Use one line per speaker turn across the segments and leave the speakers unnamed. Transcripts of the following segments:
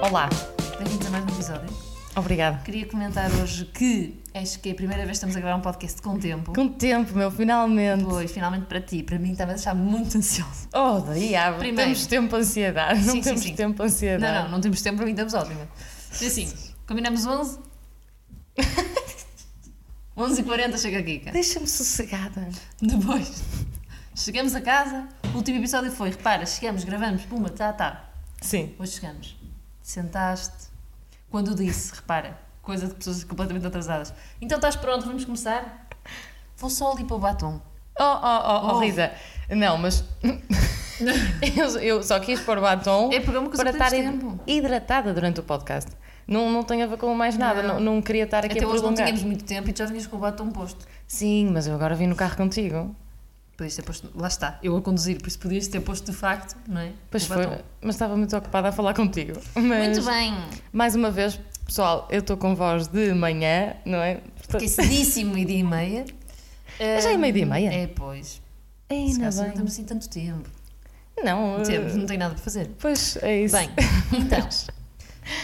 Olá,
Bem-vindos a mais um episódio.
obrigada.
Queria comentar hoje que acho que é a primeira vez que estamos a gravar um podcast com tempo.
Com tempo, meu, finalmente.
Pois, finalmente para ti. Para mim estava a deixar muito ansioso.
Oh, diabo,
Primeiro.
temos tempo ansiedade. Não
Sim, sim,
temos
sim.
tempo
Não,
ansiedade.
não, não temos tempo, para mim estamos ótima. E assim, combinamos 11? 11h40 chega aqui, cara.
Deixa-me sossegada.
Depois, chegamos a casa. O último episódio foi, repara, chegamos, gravamos, puma, tá, tá.
Sim.
Hoje chegamos. Sentaste. Quando disse, repara, coisa de pessoas completamente atrasadas. Então estás pronto, vamos começar? Vou só ali para o batom.
Oh, oh, oh, oh,
Oh.
Rita. Não, mas. eu, eu só quis pôr batom
É porque é uma coisa
para
que
estar
temos
hid-
tempo.
hidratada durante o podcast. Não, não tem a ver com mais nada, não,
Não.
não queria estar aqui
Até
a
hoje não
prolongar.
tínhamos muito tempo e tu já vinhas com o batom posto.
Sim, mas eu agora vim no carro contigo.
Podias ter posto. Lá está, eu a conduzir, por isso podias ter posto de facto, não é?
Pois
O
foi,
batom.
mas estava muito ocupada a falar contigo. Mas...
Muito bem.
Mais uma vez, pessoal, eu estou com voz de manhã, não é? Portanto,
Fiquei cedíssimo, meio-dia e meia.
já é
Ah,
meio-dia e meia?
É, pois. Se
ainda
calhar não
bem.
temos assim tanto tempo.
Não, eh,
Temos, não tem nada para fazer.
pois é isso.
Bem, então,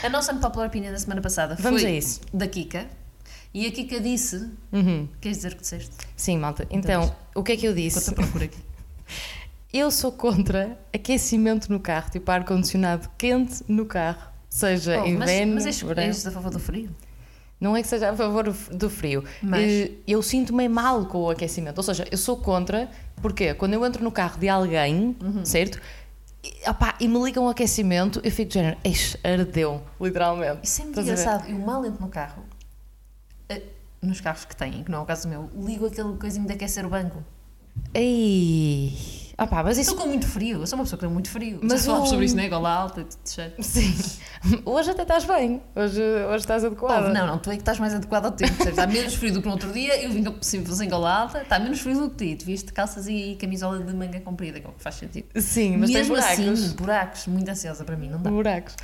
a nossa unpopular opinion da semana passada
Vamos
foi
a isso.
da Kika. E a Kika disse.
Uhum.
Queres dizer o que disseste?
Sim, malta. Então, o que é que eu
Enquanto
disse?
eu procuro aqui.
Eu sou contra aquecimento no carro, tipo ar-condicionado quente no carro. Seja
Oh, mas,
inverno,
mas és,
verão.
és a favor do frio?
Não é que seja a favor do frio.
Mas-
Eh, Eu sinto-me mal com o aquecimento. Ou seja, eu sou contra, porque quando eu entro no carro de alguém,
Uhum.
certo? E, opá, e me ligam o aquecimento, eu fico de género, "Eish, ardeu, literalmente.
Isso é muito
Estás a ver?
engraçado. Eu mal entro no carro. eh, Nos carros que têm, que não é o caso do meu, ligo aquele coisinho de aquecer o banco.
Ei. Opá, mas isso.
Estou com muito frio, eu sou uma pessoa que tem muito frio.
Mas
Mas falámos
o-
sobre isso na né? gola alta e tudo cheio.
Sim. Hoje até estás bem. Hoje, hoje estás adequada.
Ouve, não, não, tu é que estás mais adequado ao tempo, percebes? Está menos frio do que no outro dia, eu vim com simples em gola alta, está menos frio do que ti, tu viste calças e camisola de manga comprida, que é o que faz sentido.
Sim, mas
Mesmo
tens buracos.
assim, buracos, muito ansiosa para mim, não dá.
Buracos.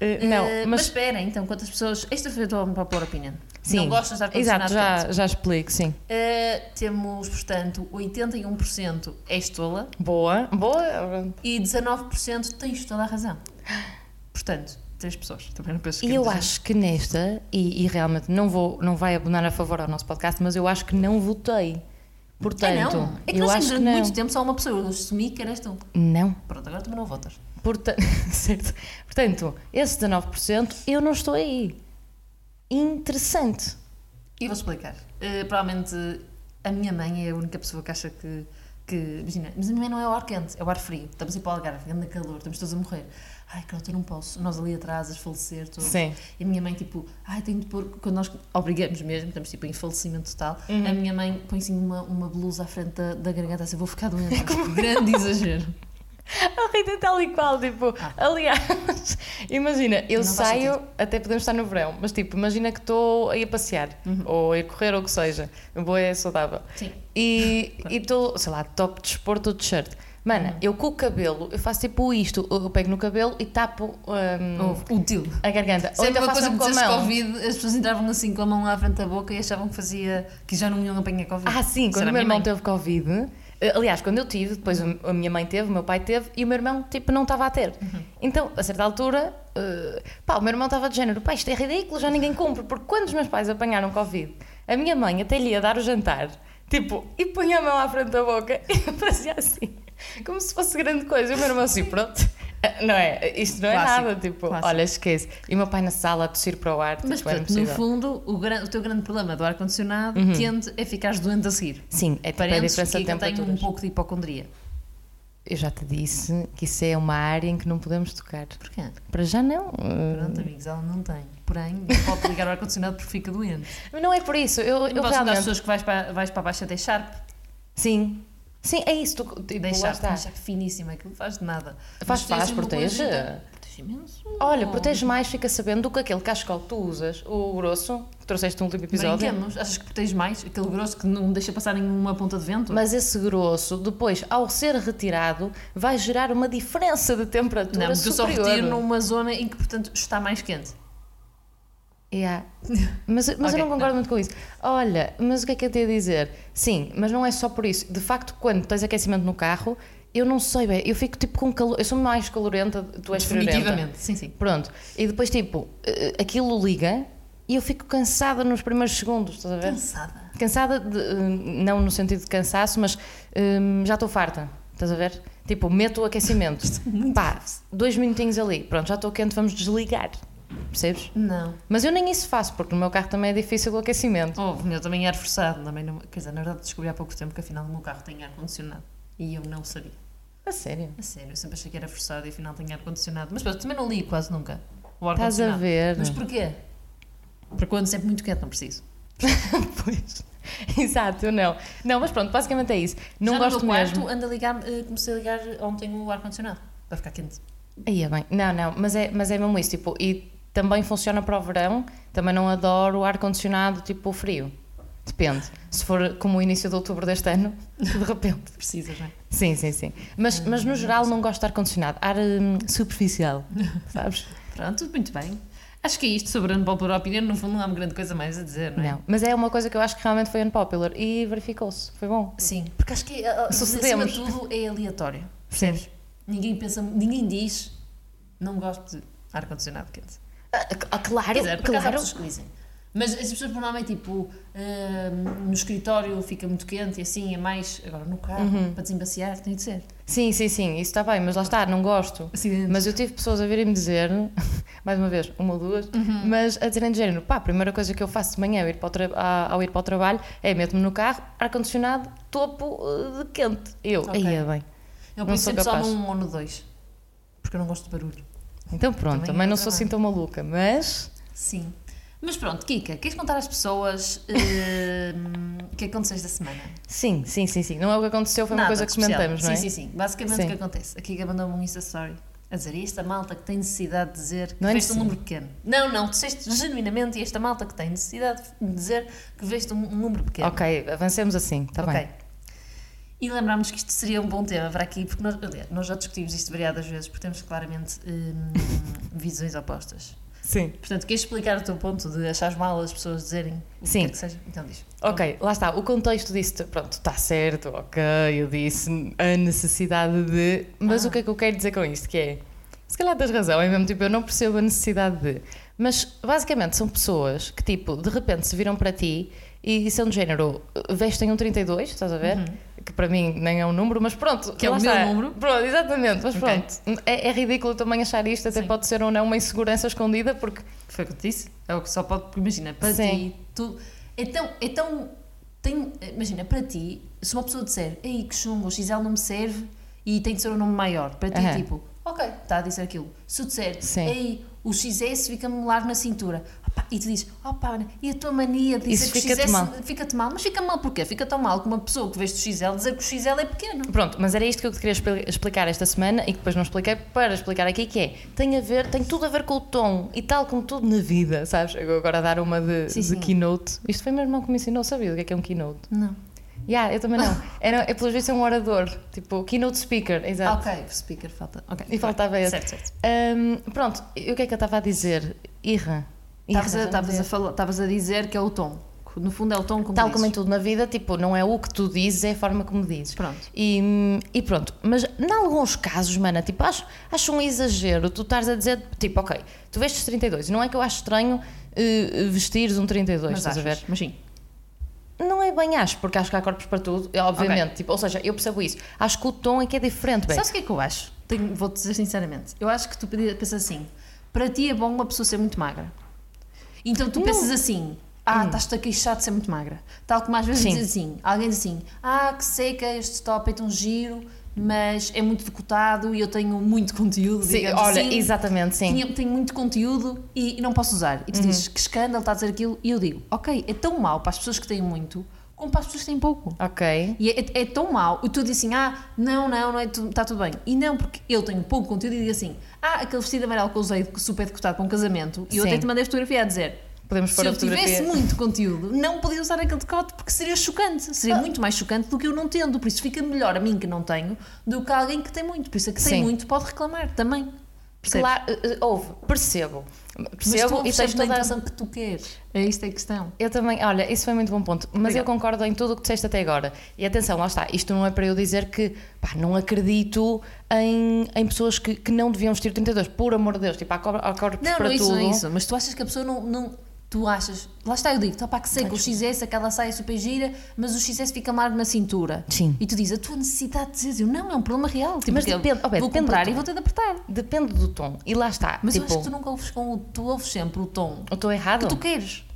Eh, não,
Eh,
mas.
espera, então, quantas pessoas. Esta foi a tua popular opinion.
sim.
Não gostas de ar-condicionado
Exato, já,
quente.
já explico, sim.
Eh, temos, portanto, 81% és tola
Boa. é Boa.
é e 19% tens toda a razão. Portanto, três pessoas. Também não penso que
E eu
muita gente.
acho que nesta, e, e realmente não, vou, não vai abonar a favor ao nosso podcast, mas eu acho que não votei.
É,
Portanto,
não. É que
eu
nós temos
acho que
durante
não.
muito tempo só uma pessoa. Eu assumi que eras tu.
Não.
Pronto, agora também não votas.
Porta... certo. Portanto, esse 19% eu não estou aí. Interessante.
E vou explicar. Eh, provavelmente a minha mãe é a única pessoa que acha que. que imagina, mas a minha mãe não é o ar quente, é o ar frio. Estamos a ir para o Algarve, grande calor, estamos todos a morrer. Ai, Carlota, eu não posso. Nós ali atrás, a esfalecer, todos.
Sim.
E a minha mãe, tipo, ai, tenho de pôr. Quando nós obrigamos mesmo, estamos tipo em falecimento total,
Uhum.
a minha mãe põe assim uma, uma blusa à frente da, da garganta, assim, vou ficar doente.
é?
grande exagero.
A Oh, Rita está ali qual, tipo, aliás, imagina, eu
Ah. Não faz
saio, até podemos estar no verão, mas tipo, imagina que estou a ir passear,
Uhum.
ou a ir correr, ou o que seja, boa é saudável.
Sim.
E estou, sei lá, top de esporte ou de shirt. Mana,
Uhum.
eu com o cabelo, eu faço tipo isto, eu pego no cabelo e tapo hum,
Houve. Útil.
a garganta.
Sempre
então
uma coisa
faço
que
com a
disseste
mão.
Covid, as pessoas entravam assim com a mão à frente da boca e achavam que fazia. que já não iam apanhar Covid.
Ah, sim,
Hum. Isso
quando
era
o
a
meu
minha
irmão
mãe.
teve Covid. eh, Aliás, quando eu tive, depois a a minha mãe teve, o meu pai teve e o meu irmão, tipo, não estava a ter.
Uhum.
Então, a certa altura, eh, pá, o meu irmão estava de género, pá, isto é ridículo, já ninguém cumpre, porque quando os meus pais apanharam Covid, a minha mãe até lhe ia dar o jantar, tipo, e punha a mão à frente da boca e fazia assim, como se fosse grande coisa. E o meu irmão assim, pronto, eh, não é? Isto não é
Clássico,
nada, tipo,
clássico.
olha, esquece. E o meu pai na sala a tossir para o ar,
Mas,
tipo, é
portanto, no
impossível.
fundo, o, gran- o teu grande problema do ar-condicionado quente é ficares doente a seguir.
Sim, é tipo a
Parentes
diferença
que
de
eu tenho um
temperaturas.
pouco de hipocondria.
Eu já te disse que isso é uma área em que não podemos tocar.
Porquê?
Para já não. eh,
Pronto, amigos, ela não tem. Porém, não pode ligar o ar-condicionado porque fica doente.
Mas não é por isso. Eu,
Não
eu
posso contar às
realmente.
pessoas que vais para, vais para a baixa de Sharp.
Sim. Sim, é isso. Tu, tipo, lá
Deixar,
está.
deixar finíssima, aquilo faz de nada.
Faz-
Mas
faz,
tens uma
protege.
gorjeta. Protege imenso.
Olha, protege mais, fica sabendo do que aquele cascal que tu usas, o grosso, que trouxeste no último episódio.
Brincamos, achas que protege mais? Aquele grosso que não deixa passar nenhuma ponta de vento?
Mas esse grosso, depois, ao ser retirado, vai gerar uma diferença de temperatura
não, porque eu só
superior.
retiro numa zona em que, portanto, está mais quente.
Yeah. Mas, mas
Ok,
eu não concordo muito com isso. Olha, mas o que é que eu te ia dizer? Sim, mas não é só por isso. De facto, quando tens aquecimento no carro, eu não sei, bem, eu fico tipo com calor, eu sou mais calorenta, tu és então. Tá friorenta.
Definitivamente, sim, sim.
Pronto, e depois tipo, eh, aquilo liga e eu fico cansada nos primeiros segundos, estás a ver?
Cansada.
Cansada, de, eh, não no sentido de cansaço, mas hum, já estou farta, estás a ver? Tipo, meto o aquecimento. Pá, dois minutinhos ali, pronto, já estou quente, vamos desligar, percebes?
Não.
Mas eu nem isso faço, porque no meu carro também é difícil o aquecimento.
Houve, eu Oh, também era forçado. Também não... Quer dizer, na verdade descobri há pouco tempo que afinal o meu carro tem ar-condicionado. E eu não sabia.
A sério?
A sério, eu sempre achei que era forçado e afinal tem ar-condicionado. Mas pronto, também não ligo quase nunca o
Estás a
ar-condicionado.
ver?
Mas porquê? Porque quando sempre muito quieto, não preciso.
Pois. Exato, eu não. Não, mas pronto, basicamente é isso. Não
Já
gosto
no meu
mesmo.
quarto, ando a ligar, eh, comecei a ligar ontem o ar-condicionado. Para ficar quente.
Aí é bem. Não, não, mas é, mas é mesmo isso. Tipo, e também funciona para o verão. Também não adoro o ar-condicionado, tipo, frio. Depende. Se for como o início de outubro deste ano, de repente.
Precisas, não é?
Sim, sim, sim. Mas, mas no geral não gosto de ar-condicionado. Ar hum, superficial, sabes?
Pronto, muito bem. Acho que é isto sobre a Unpopular Opinion. No fundo, não há uma grande coisa mais a dizer, não é?
Não. Mas é uma coisa que eu acho que realmente foi unpopular. E verificou-se. Foi bom.
Sim, porque acho que, ah, ah, acima
Sucedemos.
de tudo, é aleatório. Percebes? Ninguém pensa, ninguém diz, não gosto de ar-condicionado quente.
Ah, ah, claro,
Quer dizer, por acaso há
claro.
pessoas que dizem. Mas as pessoas, por norma, é tipo, ah, no escritório fica muito quente e assim é mais. Agora, no carro,
Uhum.
para desembaciar, tem de ser.
Sim, sim, sim, isso está bem, mas lá está, não gosto.
Acidentes.
Mas eu tive pessoas a virem-me dizer, mais uma vez, uma ou duas,
Uhum.
mas a dizerem de género, pá, a primeira coisa que eu faço de manhã ao ir para o, tra- a- ao ir para o trabalho é meto-me no carro, ar-condicionado, topo eh, de quente. Eu,
Ok.
aí é bem.
Eu
Não
penso
sou
sempre só
capaz.
num ou no dois. Porque eu não gosto de barulho.
Então pronto,
Também
também,
é
não sou
trabalho.
assim tão maluca, mas
Sim. Mas pronto, Kika, queres contar às pessoas eh, o que aconteceu esta semana?
sim, sim, sim, sim. Não é o que aconteceu, foi uma
Nada de
coisa que
especial.
comentamos, não é?
Sim, sim, sim. Basicamente o
Sim.
que acontece. A Kika mandou-me um Insta Story a dizer esta malta que tem necessidade de dizer que
Não é
veste um
necessidade.
número pequeno. Não, não, disseste genuinamente e esta malta que tem necessidade de dizer que veste um, um número pequeno.
Ok, avancemos assim, está
Ok.
bem.
E lembrámos que isto seria um bom tema para aqui, porque nós, aliás, nós já discutimos isto variadas vezes, porque temos claramente hum, visões opostas.
Sim.
Portanto, queres explicar o teu ponto de achares mal as pessoas dizerem o que
Sim.
quer que seja? Então diz.
Ok, lá está. O contexto disse, pronto, está certo, ok, eu disse a necessidade de. Mas
Ah.
o que é que eu quero dizer com isto? Que é, se calhar tens razão, é mesmo tipo, eu não percebo a necessidade de. Mas basicamente são pessoas que, tipo, de repente se viram para ti e são de género, vestem um 32, estás a ver? Que para mim nem é um número, mas pronto.
Uhum. Que é
lá
o meu
está.
número.
Pronto, exatamente, mas
Ok.
pronto. É, é ridículo também achar isto, até
Sim.
pode ser ou não uma insegurança escondida, porque.
Foi o que eu te disse. É o que só pode. porque Imagina, para
Sim.
ti, tu. Então, então tem, imagina, para ti, se uma pessoa disser, ei, que chungo, o XL não me serve e tem de ser um nome maior, para ti,
Aham.
tipo, ok, está a dizer aquilo. Se eu disser,
Sim.
ei, o XS fica-me largo na cintura, opá, e tu dizes, opá, Ana, e a tua mania de dizer
Isso
que o
fica-te
XS
mal.
fica-te mal, mas fica mal porquê? Fica tão mal que uma pessoa que veste o XL dizer que o XL é pequeno.
Pronto, mas era isto que eu te queria expli- explicar esta semana e que depois não expliquei para explicar aqui que é tem a ver, tem tudo a ver com o tom e tal como tudo na vida, sabes? Eu agora a dar uma de,
Sim,
de
sim.
keynote. Isto foi meu irmão que me ensinou, sabia o que é que é um keynote?
Não.
Yeah, eu também não. Era, é pelos vistos é um orador, tipo keynote speaker, exato.
Ah, Ok, speaker falta. Ok.
E faltava esse.
Certo, certo.
Ahm, pronto, e o que é que eu estava a dizer? Irra. Irra,
Estavas a,
já não
estavas, a
sei.
falar, estavas a dizer que é o tom. que No fundo é o tom como
Tal
tu
como em
dizes.
tudo na vida, tipo, não é o que tu dizes, é a forma como dizes.
Pronto.
E, e pronto, mas em alguns casos, mana, tipo, acho, acho um exagero tu estás a dizer, tipo, ok, tu vestes 32, não é que eu acho estranho eh, vestires um 32,
Mas
estás a ver?
achas, Mas sim.
Não é bem acho, porque acho que há corpos para tudo, é, obviamente, tipo, ou seja, eu percebo isso. Acho que o tom é que é diferente, bem.
Sabes o que é que eu acho? Tenho- Vou-te dizer sinceramente. Eu acho que tu podia- pensas assim. Para ti é bom uma pessoa ser muito magra. Então tu
Não.
pensas assim. Ah, estás-te a queixar de ser muito magra. Tal como às vezes
Hum." Sim.
diz assim. Alguém diz assim. Ah, que seca, este top é tão giro, mas é muito decotado e eu tenho muito conteúdo,
Sim,
digamos
olha,
assim.
exatamente, sim.
Tinha- tenho muito conteúdo e, e não posso usar.
Uhum.
E tu dizes que escândalo está a dizer aquilo. E eu digo, ok, é tão mau para as pessoas que têm muito como para as pessoas que têm pouco.
Ok.
E é, é tão mau. E tu dizes assim, ah, não, não, não é tu- está tudo bem. E não, porque eu tenho pouco conteúdo e digo assim, ah, aquele vestido amarelo que eu usei super decotado para um casamento. E eu
Sim.
até te mandei a fotografia a dizer.
Podemos pôr
Se
a
eu tivesse
fotografia.
muito conteúdo, não podia usar aquele decote porque seria chocante.
Ah.
Seria muito mais chocante do que eu não tendo. Por isso fica melhor a mim que não tenho do que a alguém que tem muito. Por isso a que tem
Sim.
muito pode reclamar também. Percebes?
Claro, eh, eh, houve, percebo.
Mas tu
Percebo e tens
ofereces na
toda a
intenção que tu queres. É isto é a questão.
Eu também, olha, isso foi muito bom ponto, mas eu
Obrigada.
concordo em tudo o que disseste até agora. E atenção, lá está, isto não é para eu dizer que pá, não acredito em, em pessoas que, que não deviam vestir 32, por amor de Deus, tipo, há cor- há corpos
Não,
para
não é isso,
tudo.
não é isso. Mas tu achas que a pessoa não. não- tu achas. Lá está, eu digo, tá, pá, que sei que o XS, aquela saia é super gira, mas o XS fica amargo na cintura.
Sim.
E tu dizes, a tua necessidade de dizer, eu, não, é um problema real. Tipo,
Mas
que eu
depende- oh, bem,
vou
depende
comprar
do
e
tom.
vou ter de apertar.
Depende do tom. E lá está,
Mas
tipo,
eu acho que tu nunca ouves com o. Tu ouves sempre o tom
eu estou errado?
que tu queres.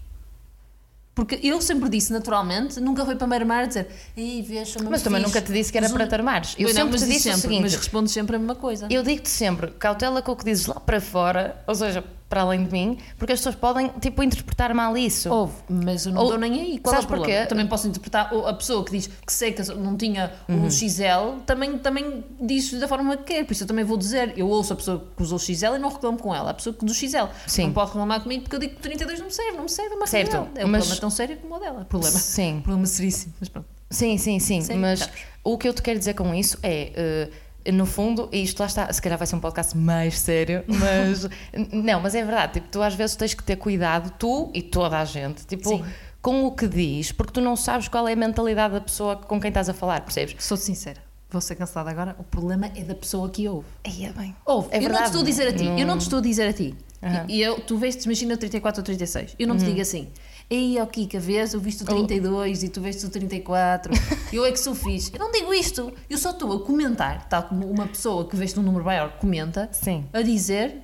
Porque eu sempre disse naturalmente, nunca foi para me armar a dizer, ei, vês, sou mesmo
Mas também
fixe."
nunca te disse que era
Mas o-
para te armares. Eu
Bem, não,
sempre
mas
te
diz
disse o
sempre,
seguinte,
Mas respondes sempre a mesma coisa.
eu digo-te sempre, cautela com o que dizes lá para fora, ou seja, para além de mim, porque as pessoas podem, tipo, interpretar mal isso.
Houve, mas eu não
Então, Ou-
estou nem aí. Qual é
Sabes
o problema?
porquê?
Também posso interpretar ou a pessoa que diz que sei que não tinha
Uhum.
um XL, também, também diz da forma que quer. Por isso eu também vou dizer, eu ouço a pessoa que usou XL e não reclamo com ela. A pessoa que do XL
Sim.
não pode reclamar comigo porque eu digo que 32 não me serve, não me serve, é uma
Certo,
realidade. É um
mas-
problema tão sério como o dela. um Problema.
Sim.
Problema seríssimo, mas pronto.
Sim, sim, sim. tá.
Sim,
mas
sabes.
o que eu te quero dizer com isso é. eh, no fundo, e isto lá está, se calhar vai ser um podcast mais sério, mas n- não, mas é verdade, tipo, tu às vezes tens que ter cuidado, tu e toda a gente, tipo,
Sim.
com o que diz, porque tu não sabes qual é a mentalidade da pessoa com quem estás a falar, percebes?
Sou sincera, vou ser cancelada agora. O problema é da pessoa que ouve.
Aí é bem.
Ouve,
É
eu não te
verdade,
estou a dizer a ti, eu não te estou a dizer a ti.
Aham. Uhum.
E eu, tu veste, imagina 34 ou 36. Eu não te digo assim, ei, ó Kika, vês, eu viste o
Oh."
32 e tu veste o 34, eu é que sou fixe. Eu não digo isto, eu só estou a comentar, tal como uma pessoa que veste um número maior comenta,
Sim.
a dizer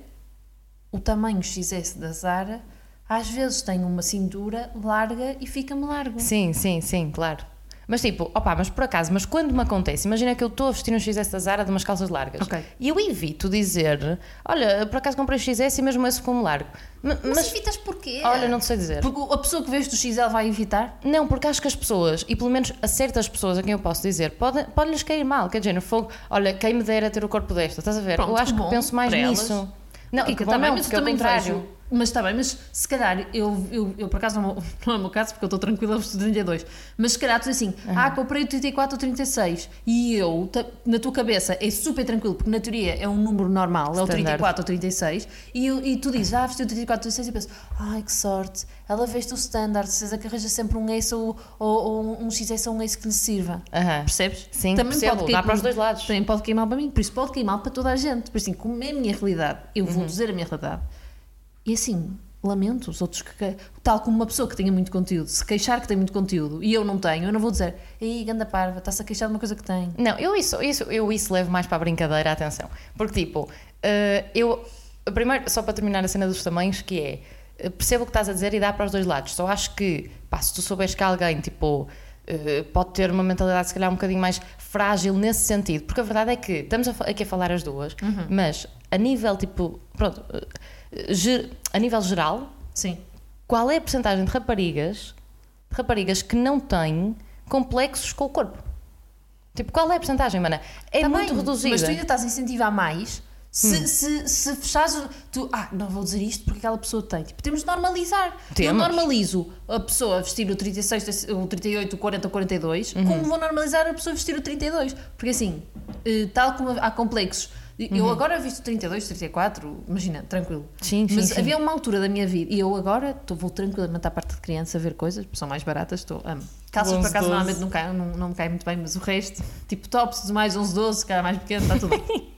o tamanho XS da Zara às vezes tem uma cintura larga e fica-me largo.
Sim, sim, sim, claro. Mas tipo, opá, mas por acaso, mas quando me acontece, imagina que eu estou a vestir um XS da Zara de umas calças largas.
Ok.
E eu evito dizer, olha, por acaso comprei XS e mesmo esse como largo. M-
Mas,
mas
evitas porquê?
Olha, não te sei dizer.
Porque a pessoa que veste o XL vai evitar?
Não, porque acho que as pessoas, e pelo menos a certas pessoas a quem eu posso dizer, pode- pode-lhes cair mal. Quer dizer, no fogo, olha, quem me dera ter o corpo desta, estás a ver?
Pronto,
eu acho
que
que
bom
penso mais
para elas.
nisso. Não,
Kika,
que bom,
tá bem,
não,
mas eu
porque ao
também
contrário.
vejo. Mas está bem, mas se calhar, eu, eu, eu por acaso não, não é o meu caso, porque eu estou tranquila, vou 32, mas se calhar tu dizes assim, ah, comprei o 34 ou 36, e eu, ta- na tua cabeça, é super tranquilo, porque na teoria é um número normal, é o
Standard.
34 ou 36, e, eu- e tu dizes, ah, vesti o 34 ou 36, e eu penso, ai que sorte, ela veste o standard, vocês é que arranja sempre um ace ou, ou, ou um XS ou um ace que lhe sirva.
Aham.
Percebes?
Sim, percebo, dá para os dois lados.
Também pode queimar para mim, por isso pode queimar para toda a gente. Por assim, como é a minha realidade, eu
Uhum.
vou dizer a minha realidade. E assim, lamento os outros que. que- Tal como uma pessoa que tenha muito conteúdo, se queixar que tem muito conteúdo e eu não tenho, eu não vou dizer, ei, ganda parva, está-se a queixar de uma coisa que tem.
Não, eu isso, isso, eu isso levo mais para a brincadeira, atenção. Porque, tipo, eh, eu. Primeiro, só para terminar a cena dos tamanhos, que é. eh, Percebo o que estás a dizer e dá para os dois lados. Só acho que, pá, se tu souberes que alguém, tipo. eh, pode ter uma mentalidade, se calhar, um bocadinho mais frágil nesse sentido. Porque a verdade é que estamos a fa- aqui a falar as duas, mas a nível, tipo. Pronto. eh, ge- a nível geral,
Sim.
qual é a porcentagem de raparigas, de raparigas que não têm complexos com o corpo? Tipo, qual é a porcentagem, mana? É
Tá
muito Hum.
bem,
reduzida.
Mas tu ainda estás a incentivar mais. Se, se, se fechares o- tu, ah, não vou dizer isto porque aquela pessoa tem. Tipo, temos de normalizar. Eu
Temos.
normalizo a pessoa vestir o 36, o 38, o 40, o 42,
Uhum.
como vou normalizar a pessoa vestir o 32? Porque assim, eh, tal como há complexos. Eu agora visto 32, 34, imagina, tranquilo.
Uhum. Sim, sim,
Mas
sim.
havia uma altura da minha vida e eu agora tô, vou tranquilamente à parte de criança ver coisas, porque são mais baratas, estou amo. Calças por
11,
acaso
12.
normalmente não, caem, não, não me caem muito bem, mas o resto, tipo tops, tudo mais 11, 12, cara mais pequeno, está tudo bem.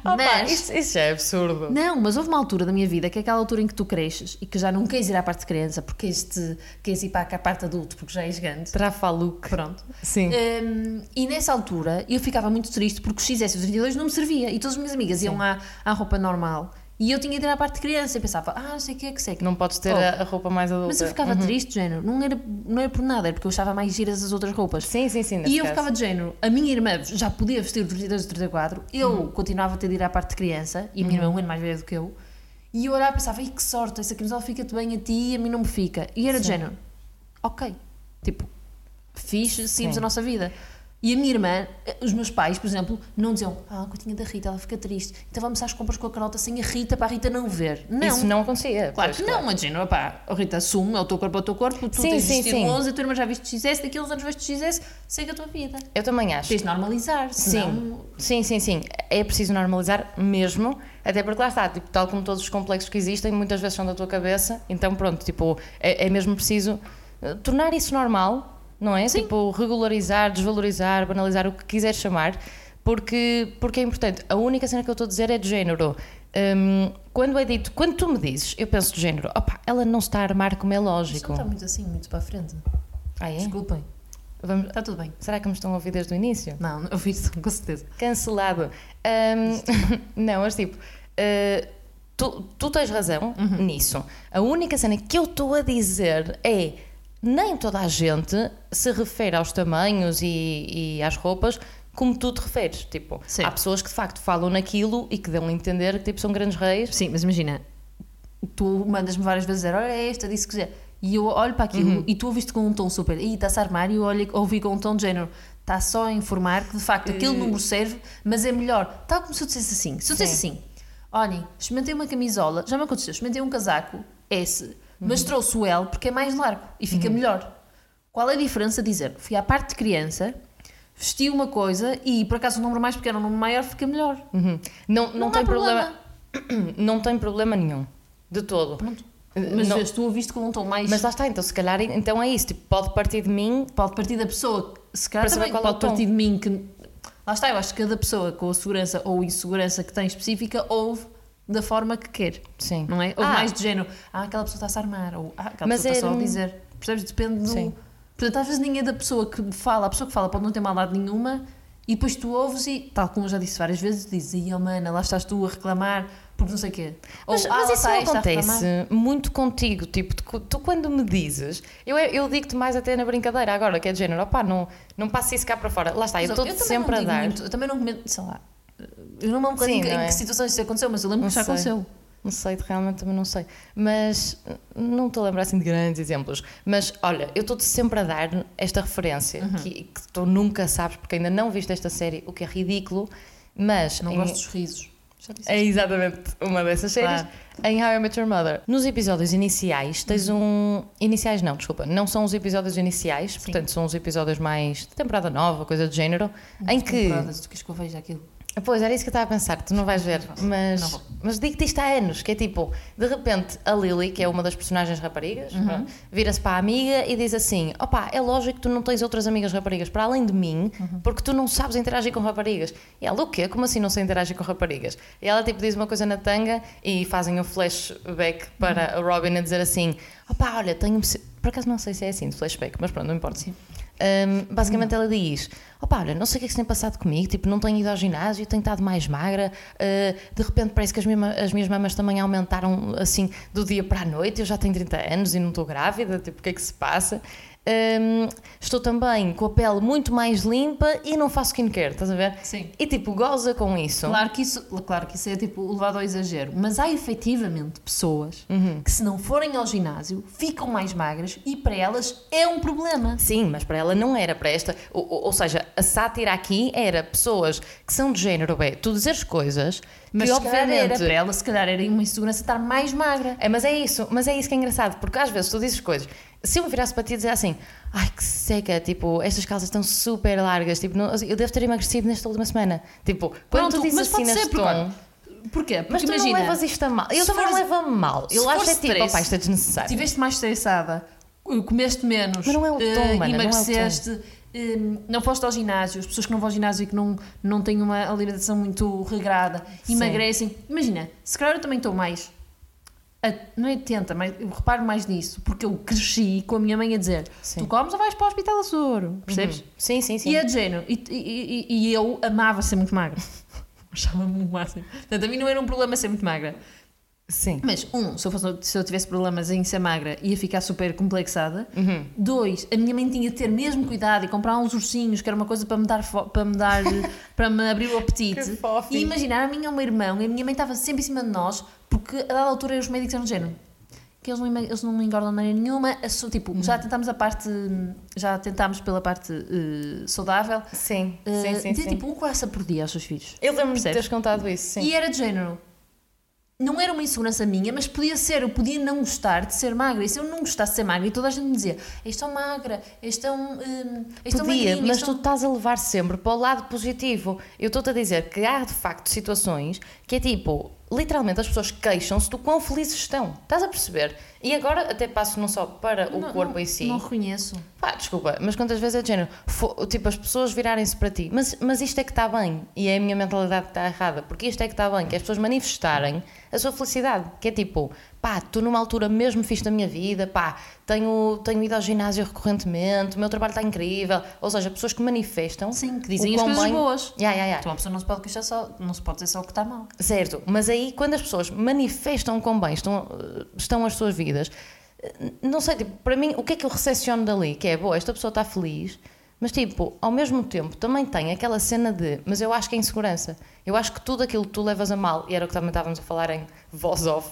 Opa,
mas-
isso, isso já é absurdo.
Não, mas houve uma altura da minha vida que é aquela altura em que tu cresces e que já não queres ir à parte de criança porque queres, te- queres ir para a parte adulto porque já és grande.
Trafaluc.
Pronto.
Sim.
Hum, e nessa altura eu ficava muito triste porque o XS e o 32 não me servia e todas as minhas amigas iam à, à roupa normal e eu tinha de ir à parte de criança e pensava, ah, não Uhum. sei o que é que sei. que
Não podes ter
Oh.
a, a roupa mais adulta.
Mas eu ficava triste, de género. Não era, não era por nada, era porque eu achava mais giras as outras roupas.
Sim, sim, sim. nesse
E eu
caso.
ficava de género, a minha irmã já podia vestir o 32 e o 34, eu
Uhum.
continuava a ter de ir à parte de criança, e a minha irmã é um ano mais velha do que eu, e eu olhava e pensava, "Ih, que sorte, essa camisola fica-te bem a ti e a mim não me fica. E era de género, ok, tipo, fixe, seguimos
Sim.
a nossa vida. E a minha irmã, eh, os meus pais, por exemplo, não diziam, ah, coitinha da Rita, ela fica triste, então vamos às compras com a Carlota sem a Rita, para a Rita não ver. Não.
Isso não acontecia.
Claro
pois,
que não, mas imagina, pá, oh, Rita, assume, é o teu corpo, é o teu corpo, tu
Sim,
tens
sim,
vestido
sim.
11, a tua irmã já viste XS, daqui a uns anos veste XS, segue a tua vida.
Eu também acho.
Tens de normalizar,
Sim,
senão...
sim, sim, sim. É preciso normalizar mesmo, até porque lá está, tipo, tal como todos os complexos que existem, muitas vezes são da tua cabeça, então pronto, tipo, é, é mesmo preciso eh, tornar isso normal, não é? Tipo, regularizar, desvalorizar, banalizar, o que quiseres chamar, porque, porque é importante. A única cena que eu estou a dizer é de género. Hum, quando é dito, quando tu me dizes, eu penso de género, opa, ela não se está a armar como é
Isto
lógico.
não está muito assim, muito para a frente.
Ah, é?
Desculpem,
Vamos-
está tudo bem.
será que me estão a ouvir desde o início?
Não, não ouvi isso, com certeza.
Cancelado. Ahm, não, mas tipo, ah, tu, tu tens razão
Uhum.
nisso. A única cena que eu estou a dizer é. Nem toda a gente se refere aos tamanhos e, e às roupas como tu te referes. Tipo,
Sim.
há pessoas que de facto falam naquilo e que dão a entender que tipo, são grandes reis.
Sim, mas imagina, tu mandas-me várias vezes dizer, olha esta, disse que já. E eu olho para aquilo
Uhum.
e tu ouviste com um tom super, e está-se a armar, e eu olho, ouvi com um tom de género. Está só a informar que de facto aquele número serve, mas é melhor. Tal como se eu dissesse assim. Se eu dissesse assim, olhem, experimentei uma camisola, já me aconteceu, experimentei um casaco, S, mas
Uhum.
trouxe o L porque é mais largo e fica melhor. Qual é a diferença? Dizer, fui à parte de criança, vesti uma coisa e por acaso um número mais pequeno, um número maior, fica melhor.
Uhum. Não, não,
Não
tem
há
problema. Não tem problema nenhum. De todo.
Pronto.
Mas
Mas
Eh, não-
vês, tu ouviste com um tom mais.
Mas lá está, então se calhar então é isso. Tipo, pode partir de mim
pode partir da pessoa, se calhar
Para saber
também
qual é o
pode
tom.
partir de mim que lá está, eu acho que cada pessoa com a segurança ou insegurança que tem específica ouve da forma que quer,
Sim.
não é? Ouve
Ah.
mais de género, ah, aquela pessoa está a se armar, ou ah, aquela
Mas
pessoa está
é,
só a
hum,
dizer, percebes? Depende do.
Sim.
Portanto, às vezes ninguém da pessoa que fala, a pessoa que fala pode não ter maldade nenhuma e depois tu ouves e, tal como eu já disse várias vezes, dizes, e oh, mana, lá estás tu a reclamar porque não sei o quê.
Mas,
"Ah,
mas
lá
isso
está
não
esta a reclamar."
acontece muito contigo, tipo, tu, tu quando me dizes, eu, eu digo-te mais até na brincadeira agora, que é de género, opá, não, não passe isso cá para fora. Lá está, eu
Mas
estou
também
sempre
não
a
digo
dar.
muito, eu também não comento, sei lá. Eu não me lembro
Sim,
em, que-
não
em
é?
que situações isso aconteceu, mas eu lembro
Não
que já
sei.
aconteceu.
Não sei, realmente também não sei. Mas n- não estou a lembrar assim de grandes exemplos. Mas olha, eu estou-te sempre a dar esta referência
Uhum.
que, que tu nunca sabes, porque ainda não viste esta série, o que é ridículo. Mas
Não
em-
gosto dos risos. Já disse.
É exatamente uma dessas séries.
Claro.
Em How I Met Your Mother. Nos episódios iniciais, tens
Uhum.
um. Iniciais não, desculpa. Não são os episódios iniciais, portanto, são os episódios mais de temporada nova, coisa do género. em que.
Temporadas, tu queres que eu veja aquilo?
Pois, era isso que eu estava a pensar, tu não vais ver.
Não
Mas,
vou.
mas digo-te isto há anos: que é tipo, de repente, a Lily, que é uma das personagens raparigas,
Uhum.
pronto, vira-se para a amiga e diz assim: opá, é lógico que tu não tens outras amigas raparigas para além de mim, porque tu não sabes interagir com raparigas. E ela, o quê? Como assim não sei interagir com raparigas? E ela tipo diz uma coisa na tanga e fazem um flashback para a Robin a dizer assim: opá, olha, tenho. Por acaso não sei se é assim, de flashback, mas pronto, não importa. Hum, basicamente ela diz: Opa, olha, não sei o que é que se tem passado comigo, tipo, não tenho ido ao ginásio, tenho estado mais magra, ah, de repente parece que as, minha, as minhas mamas também aumentaram assim do dia para a noite, eu já tenho 30 anos e não estou grávida, tipo, o que é que se passa? Hum, estou também com a pele muito mais limpa e não faço skincare, estás a ver?
Sim.
E tipo, goza com isso.
Claro que, isso, claro que isso é tipo levado ao exagero, mas há efetivamente pessoas
Uhum.
que, se não forem ao ginásio, ficam mais magras e para elas é um problema.
Sim, mas para ela não era para esta. Ou, ou- ou seja, a sátira aqui era pessoas que são de género, bem, tu dizeres coisas
Mas
que
se calhar era
obviamente.
para ela, se calhar era uma insegurança estar mais magra.
É, mas é isso, mas é isso que é engraçado, porque às vezes tu dizes coisas. Se eu me virasse para ti e dizer assim, ai que seca, tipo, estas calças estão super largas, tipo, não- eu devo ter emagrecido nesta última semana. Tipo, quando tu dizes assim neste
porque,
tom.
olha, Porquê? Porque
Mas tu
imagina,
não levas isto a mal. Eu
se
também não
fores-
levo a mal.
se
Eu acho
fores
que é tipo,
stress,
opá, isto é desnecessário.
Estiveste mais estressada, Eh, comeste menos,
Mas não é o
eh,
tom, mana, não é o tom.
emagreceste, eh, não foste ao ginásio, as pessoas que não vão ao ginásio e que não, não têm uma alimentação muito regrada, emagrecem. Imagina, se calhar eu também estou mais. a- não é atenta, mas eu reparo mais nisso, porque eu cresci com a minha mãe a dizer:
Sim.
tu comes ou vais para o hospital a soro, percebes?
Uhum. Sim, sim, sim.
E é de género. E, e- e- e eu amava ser muito magra. Achava-me o máximo. Portanto, a mim não era um problema ser muito magra.
Sim.
Mas, um, se eu, fosse- se eu tivesse problemas em ser magra, ia ficar super complexada.
Uhum.
Dois, a minha mãe tinha de ter mesmo cuidado e comprar uns ursinhos, que era uma coisa para me dar, fo- para me, dar para me abrir o apetite.
Que fofinho.
E imaginar, a minha é um irmão, e a minha mãe estava sempre em cima de nós, porque a dada altura os médicos eram de género. que eles não, ema- eles não engordam de maneira nenhuma. a su- Tipo,
Uhum.
já tentámos a parte, já tentámos pela parte eh, saudável.
Sim,
Eh,
sim, sim.
dê,
sim.
tipo um coração por dia aos seus filhos.
eu lembro-me de
percebes?
teres contado isso, sim.
E era de género. Não era uma insegurança minha, mas podia ser, eu podia não gostar de ser magra. E se eu não gostasse de ser magra, e toda a gente me dizia: és tão magra, és tão. hum, és tão
Podia,
magrinha, és
mas tu
tão-"
estás a levar sempre para o lado positivo. Eu estou-te a dizer que há de facto situações que é tipo, literalmente as pessoas queixam-se do quão felizes estão. Estás a perceber? E agora até passo não só para o
Não-
corpo
não-
em si.
Não reconheço.
Pá, desculpa, mas quantas vezes é de género? fo- tipo, as pessoas virarem-se para ti, mas, mas isto é que está bem, e é a minha mentalidade que está errada, porque isto é que está bem, que é as pessoas manifestarem a sua felicidade, que é tipo, pá, estou numa altura mesmo fixe da minha vida, pá, tenho, tenho ido ao ginásio recorrentemente, o meu trabalho está incrível, ou seja, pessoas que manifestam.
Sim, que dizem
o
as
quão
coisas
bem-
boas.
Ya, ya, ya.
Então uma pessoa não se pode queixar só, não se pode dizer só o que está mal.
Certo, mas aí quando as pessoas manifestam quão bem estão, eh, estão as suas vidas, eh, não sei, tipo, para mim, o que é que eu recepciono dali? Que é, boa, esta pessoa está feliz, mas tipo, ao mesmo tempo também tem aquela cena de, mas eu acho que é insegurança. Eu acho que tudo aquilo que tu levas a mal, e era o que também estávamos a falar em voz off,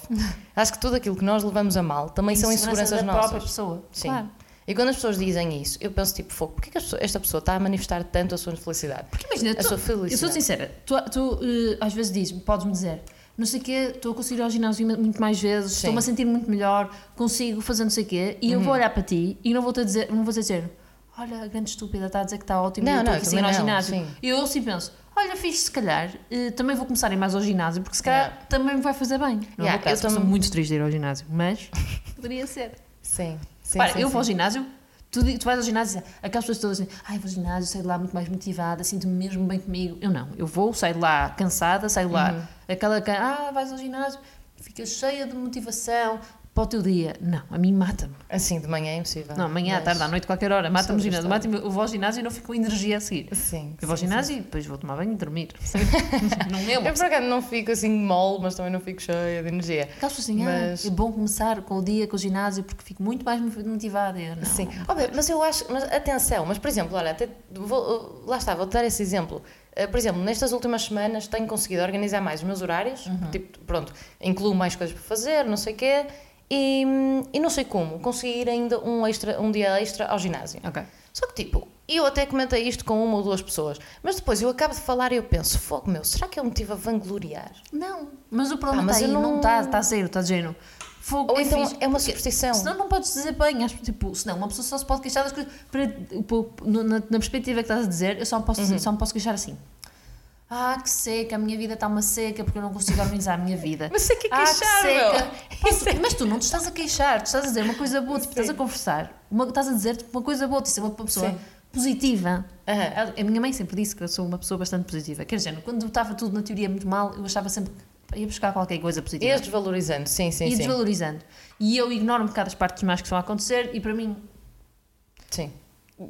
acho que tudo aquilo que nós levamos a mal também são
é Insegurança
inseguranças
da
nossas.
própria pessoa.
Sim.
Claro.
E quando as pessoas dizem isso, eu penso tipo, fogo, porquê que as pessoas- esta pessoa está a manifestar tanto a sua infelicidade?
Porque imagina,
A
tu,
sua felicidade.
eu sou sincera, tu, tu, eh, às vezes dizes, podes-me dizer, não sei o quê, estou a conseguir ir ao ginásio muito mais vezes, estou-me a sentir muito melhor, consigo fazer não sei o quê, e eu
Uhum.
vou olhar para ti e não vou-te a dizer, não vou dizer, olha, a grande estúpida, está a dizer que está ótimo,
Não,
e eu estou
não,
aqui
eu
sem ir ao
também não,
ginásio.
sim.
E eu assim penso, olha, fiz se calhar, eh, também vou começar a ir mais ao ginásio, porque se calhar também me vai fazer bem. Não é
Yeah,
o meu caso,
eu
eu sou
também-
muito triste de ir ao ginásio, mas poderia ser.
Sim, sim.
Para,
sim,
eu
sim.
vou ao ginásio, tu, di- tu vais ao ginásio e aquelas pessoas todas dizem, ai, vou ao ginásio, saio de lá muito mais motivada, sinto-me mesmo bem comigo. Eu não, eu vou, saio de lá cansada, saio de lá aquela, ca- ah, vais ao ginásio, ficas cheia de motivação para o teu dia. Não, a mim mata-me.
Assim, de manhã é impossível.
Não, amanhã, à
Mas-
tarde, à noite, qualquer hora, mata-me o
Sobre
ginásio.
isto.
Mata-me, eu vou ao ginásio e não fico com energia a seguir.
Sim.
Eu vou ao
sim,
ginásio e depois vou tomar banho e dormir. não é
sim.
uma
Eu por acaso não fico assim mole, mas também não fico cheia de energia.
Aquelas pessoas assim,
Mas-
ah, é bom começar com o dia, com o ginásio, porque fico muito mais motivada. Eu, não.
Sim. Ó, bem, mas eu acho, mas atenção, mas por exemplo, olha, até vou- lá está, vou dar esse exemplo. Eh, Por exemplo, nestas últimas semanas tenho conseguido organizar mais os meus horários,
Uhum.
tipo, pronto, incluo mais coisas para fazer, não sei o quê, e, e não sei como, consegui ir ainda um, extra, um dia extra ao ginásio.
Ok.
Só que tipo, eu até comentei isto com uma ou duas pessoas, mas depois eu acabo de falar e eu penso, fogo meu, será que eu me tive a vangloriar?
Não, mas o problema
Ah, mas
está
eu
aí, não
não-
está, está a zero, está de género. Fogo,
Ou
é
então
fixe.
é uma
Porque
superstição.
Senão não podes dizer bem, acho, tipo, senão uma pessoa só se pode queixar das coisas. Para, para- no- na, na perspectiva que estás a dizer, eu só me posso, dizer- só me posso queixar assim. Ah, que seca, a minha vida está uma seca porque eu não consigo organizar a minha vida.
Mas sei que é
Ah,
queixar, meu.
Posso- mas tu não te estás a queixar, tu estás a dizer uma coisa boa, tipo, estás a conversar, uma, estás a dizer tipo, uma coisa boa, tu és uma pessoa
Sim.
positiva.
Aham.
A- A minha mãe sempre disse que eu sou uma pessoa bastante positiva. Quer dizer, quando estava tudo na teoria muito mal, eu achava sempre que ia buscar qualquer coisa positiva.
Ias desvalorizando, sim, sim,
e
sim.
desvalorizando. E eu ignoro um bocado as partes más que estão a acontecer e para mim
Sim.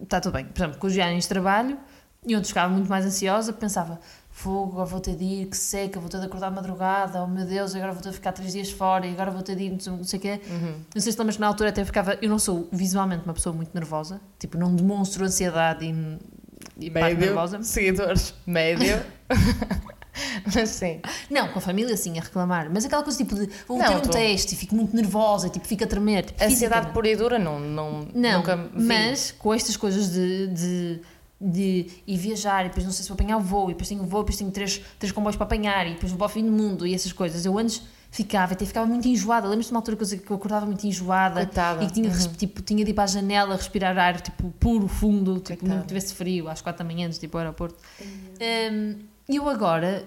está tudo bem. Por exemplo, com os viagens de trabalho, e onde ficava muito mais ansiosa, pensava, fogo, agora vou ter de ir, que seca, vou ter de acordar de madrugada, oh meu Deus, agora vou ter de ficar três dias fora, e agora vou ter de ir, não sei- não sei o quê.
Uhum.
Não sei se lembras que na altura até ficava, eu não sou visualmente uma pessoa muito nervosa, tipo, não demonstro ansiedade e, e parte nervosa.
seguidores, médio. Mas sim.
Não, com a família sim, a reclamar, mas aquela coisa tipo de, vou
Não,
ter um
tu-
teste e fico muito nervosa, tipo, fico a tremer. Tipo,
Ansiedade
fisicamente.
pura e dura, não, não,
Não,
nunca vi.
mas com estas coisas de, de, de ir viajar e depois não sei se vou apanhar o voo e depois tenho voo e depois tenho três, três comboios para apanhar e depois vou para o fim do mundo e essas coisas. Eu antes ficava, até ficava muito enjoada. Lembras-te de uma altura que eu- que eu acordava muito enjoada
Coitada. Uhum.
e que tinha, de res- tipo, tinha de ir para a janela respirar ar tipo, puro, fundo, tipo,
Coitada. Uhum.
não tivesse frio às quatro da manhã, antes de ir para o aeroporto. Hum, E eu agora,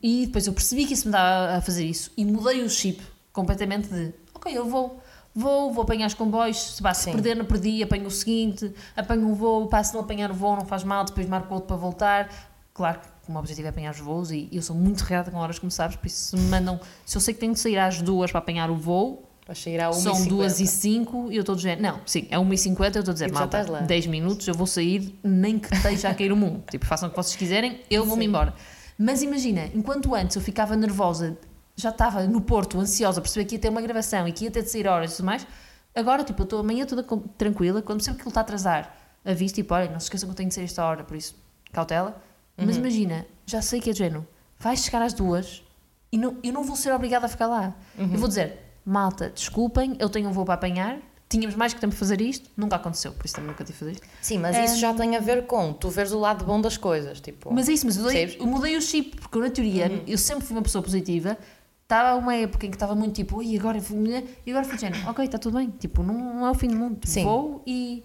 e depois eu percebi que isso me dava a fazer isso e mudei o chip completamente de ok, eu vou, vou, vou apanhar os comboios, se, pá, se
Sim.
perder não perdi, apanho o seguinte, apanho um voo, pá, se não apanhar o voo não faz mal, depois marco outro para voltar. Claro que o meu objetivo é apanhar os voos e eu sou muito reata com horas, como sabes, por isso se me mandam, se eu sei que tenho que sair às duas para apanhar o voo,
Vais sair à 1
são duas e cinco e eu estou a dizer, não, sim, é 1h50 eu estou a
E
dizer,
tu já
malta,
estás lá.
10 minutos eu vou sair, nem que esteja a cair o mundo. tipo, façam o que vocês quiserem, eu vou-me embora. Mas imagina, enquanto antes eu ficava nervosa, já estava no Porto, ansiosa, perceber que ia ter uma gravação e que ia ter de sair horas e tudo mais, agora, tipo, eu estou amanhã toda com- tranquila, quando percebo que ele está a atrasar, aviso, tipo, olha, não se esqueçam que eu tenho de sair esta hora, por isso, cautela.
Uhum.
Mas imagina, já sei que é de género, vais chegar às duas e não, eu não vou ser obrigada a ficar lá. Eu vou dizer, malta, desculpem, eu tenho um voo para apanhar, tínhamos mais que tempo para fazer isto, nunca aconteceu, por isso também nunca tive fazer isto.
Sim, mas
É.
isso já tem a ver com tu veres o lado bom das coisas, tipo.
Mas é isso, mas eu mudei,
Percebes?
eu mudei o chip, porque eu, na teoria eu sempre fui uma pessoa positiva. Estava uma época em que estava muito tipo, oi, agora fui mulher", e agora fui de género, ok, está tudo bem, tipo, não, não é o fim do mundo,
Sim.
vou e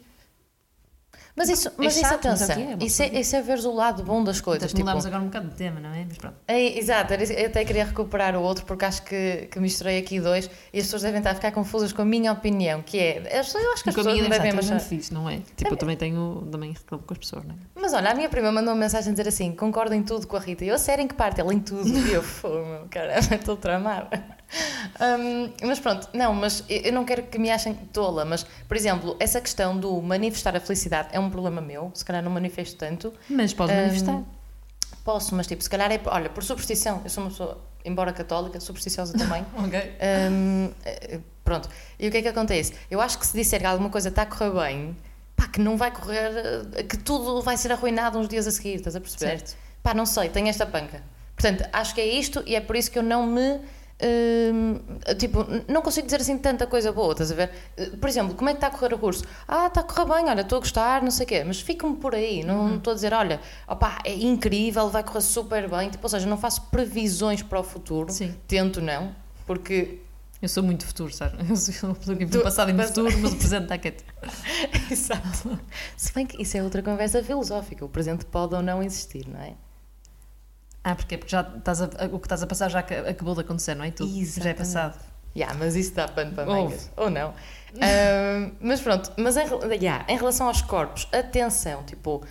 Mas isso, mas isso
chato, mas é o
atenção,
que é, é uma
isso, é, isso é veres o lado bom das coisas.
Portanto,
tipo,
mudámos agora um bocado de tema, não é? Mas pronto.
é, exato, era isso- eu até queria recuperar o outro porque acho que, que misturei aqui dois e as pessoas devem estar a ficar confusas com a minha opinião, que é. as pessoas- Eu acho que as pessoas não devem
mas
achar.
fiz, não é? Tipo, eu também tenho, também reclamo com as pessoas, não é?
Mas olha, a minha prima mandou uma mensagem dizer assim: concordo em tudo com a Rita. E Eu, sério, em que parte? Ela em tudo. E eu, fogo, caramba, estou tramada. Hum, mas pronto, não, mas eu eu não quero que me achem tola, mas, por exemplo, essa questão do manifestar a felicidade é um problema meu, se calhar não manifesto tanto.
Mas podes
Hum,
manifestar.
Posso, mas tipo, se calhar é, por- olha, por superstição, eu sou uma pessoa, embora católica, supersticiosa também.
Ok.
Hum, eh, pronto, e o que é que acontece? Eu acho que se disser que alguma coisa está a correr bem, pá, que não vai correr, eh, que tudo vai ser arruinado uns dias a seguir, estás a perceber?
Certo.
Pá, não sei, tenho esta panca. Portanto, acho que é isto e é por isso que eu não me. hum, tipo, n- não consigo dizer assim tanta coisa boa, estás a ver? Eh, Por exemplo, como é que está a correr o curso? Ah, está a correr bem, olha, estou a gostar, não sei o quê, mas fico-me por aí, não não estou a dizer, olha, opá, é incrível, vai correr super bem, tipo, ou seja, não faço previsões para o futuro,
Sim.
tento não, porque
Eu sou muito futuro, sabe? Eu sou uma pessoa que vive
Tu-
no passado e no
mas-
futuro, mas o presente está quieto.
Exato. Se bem que isso é outra conversa filosófica. O presente pode ou não existir, não é?
Ah, porque é porque já estás a, o que estás a passar já ac- acabou de acontecer, não é? Tudo já é
Exatamente.
passado.
Yeah, mas isso dá pano para
Ouve.
mangas. Ou não. Ahm, mas pronto, mas em, rel- yeah, em relação aos corpos, atenção, tipo,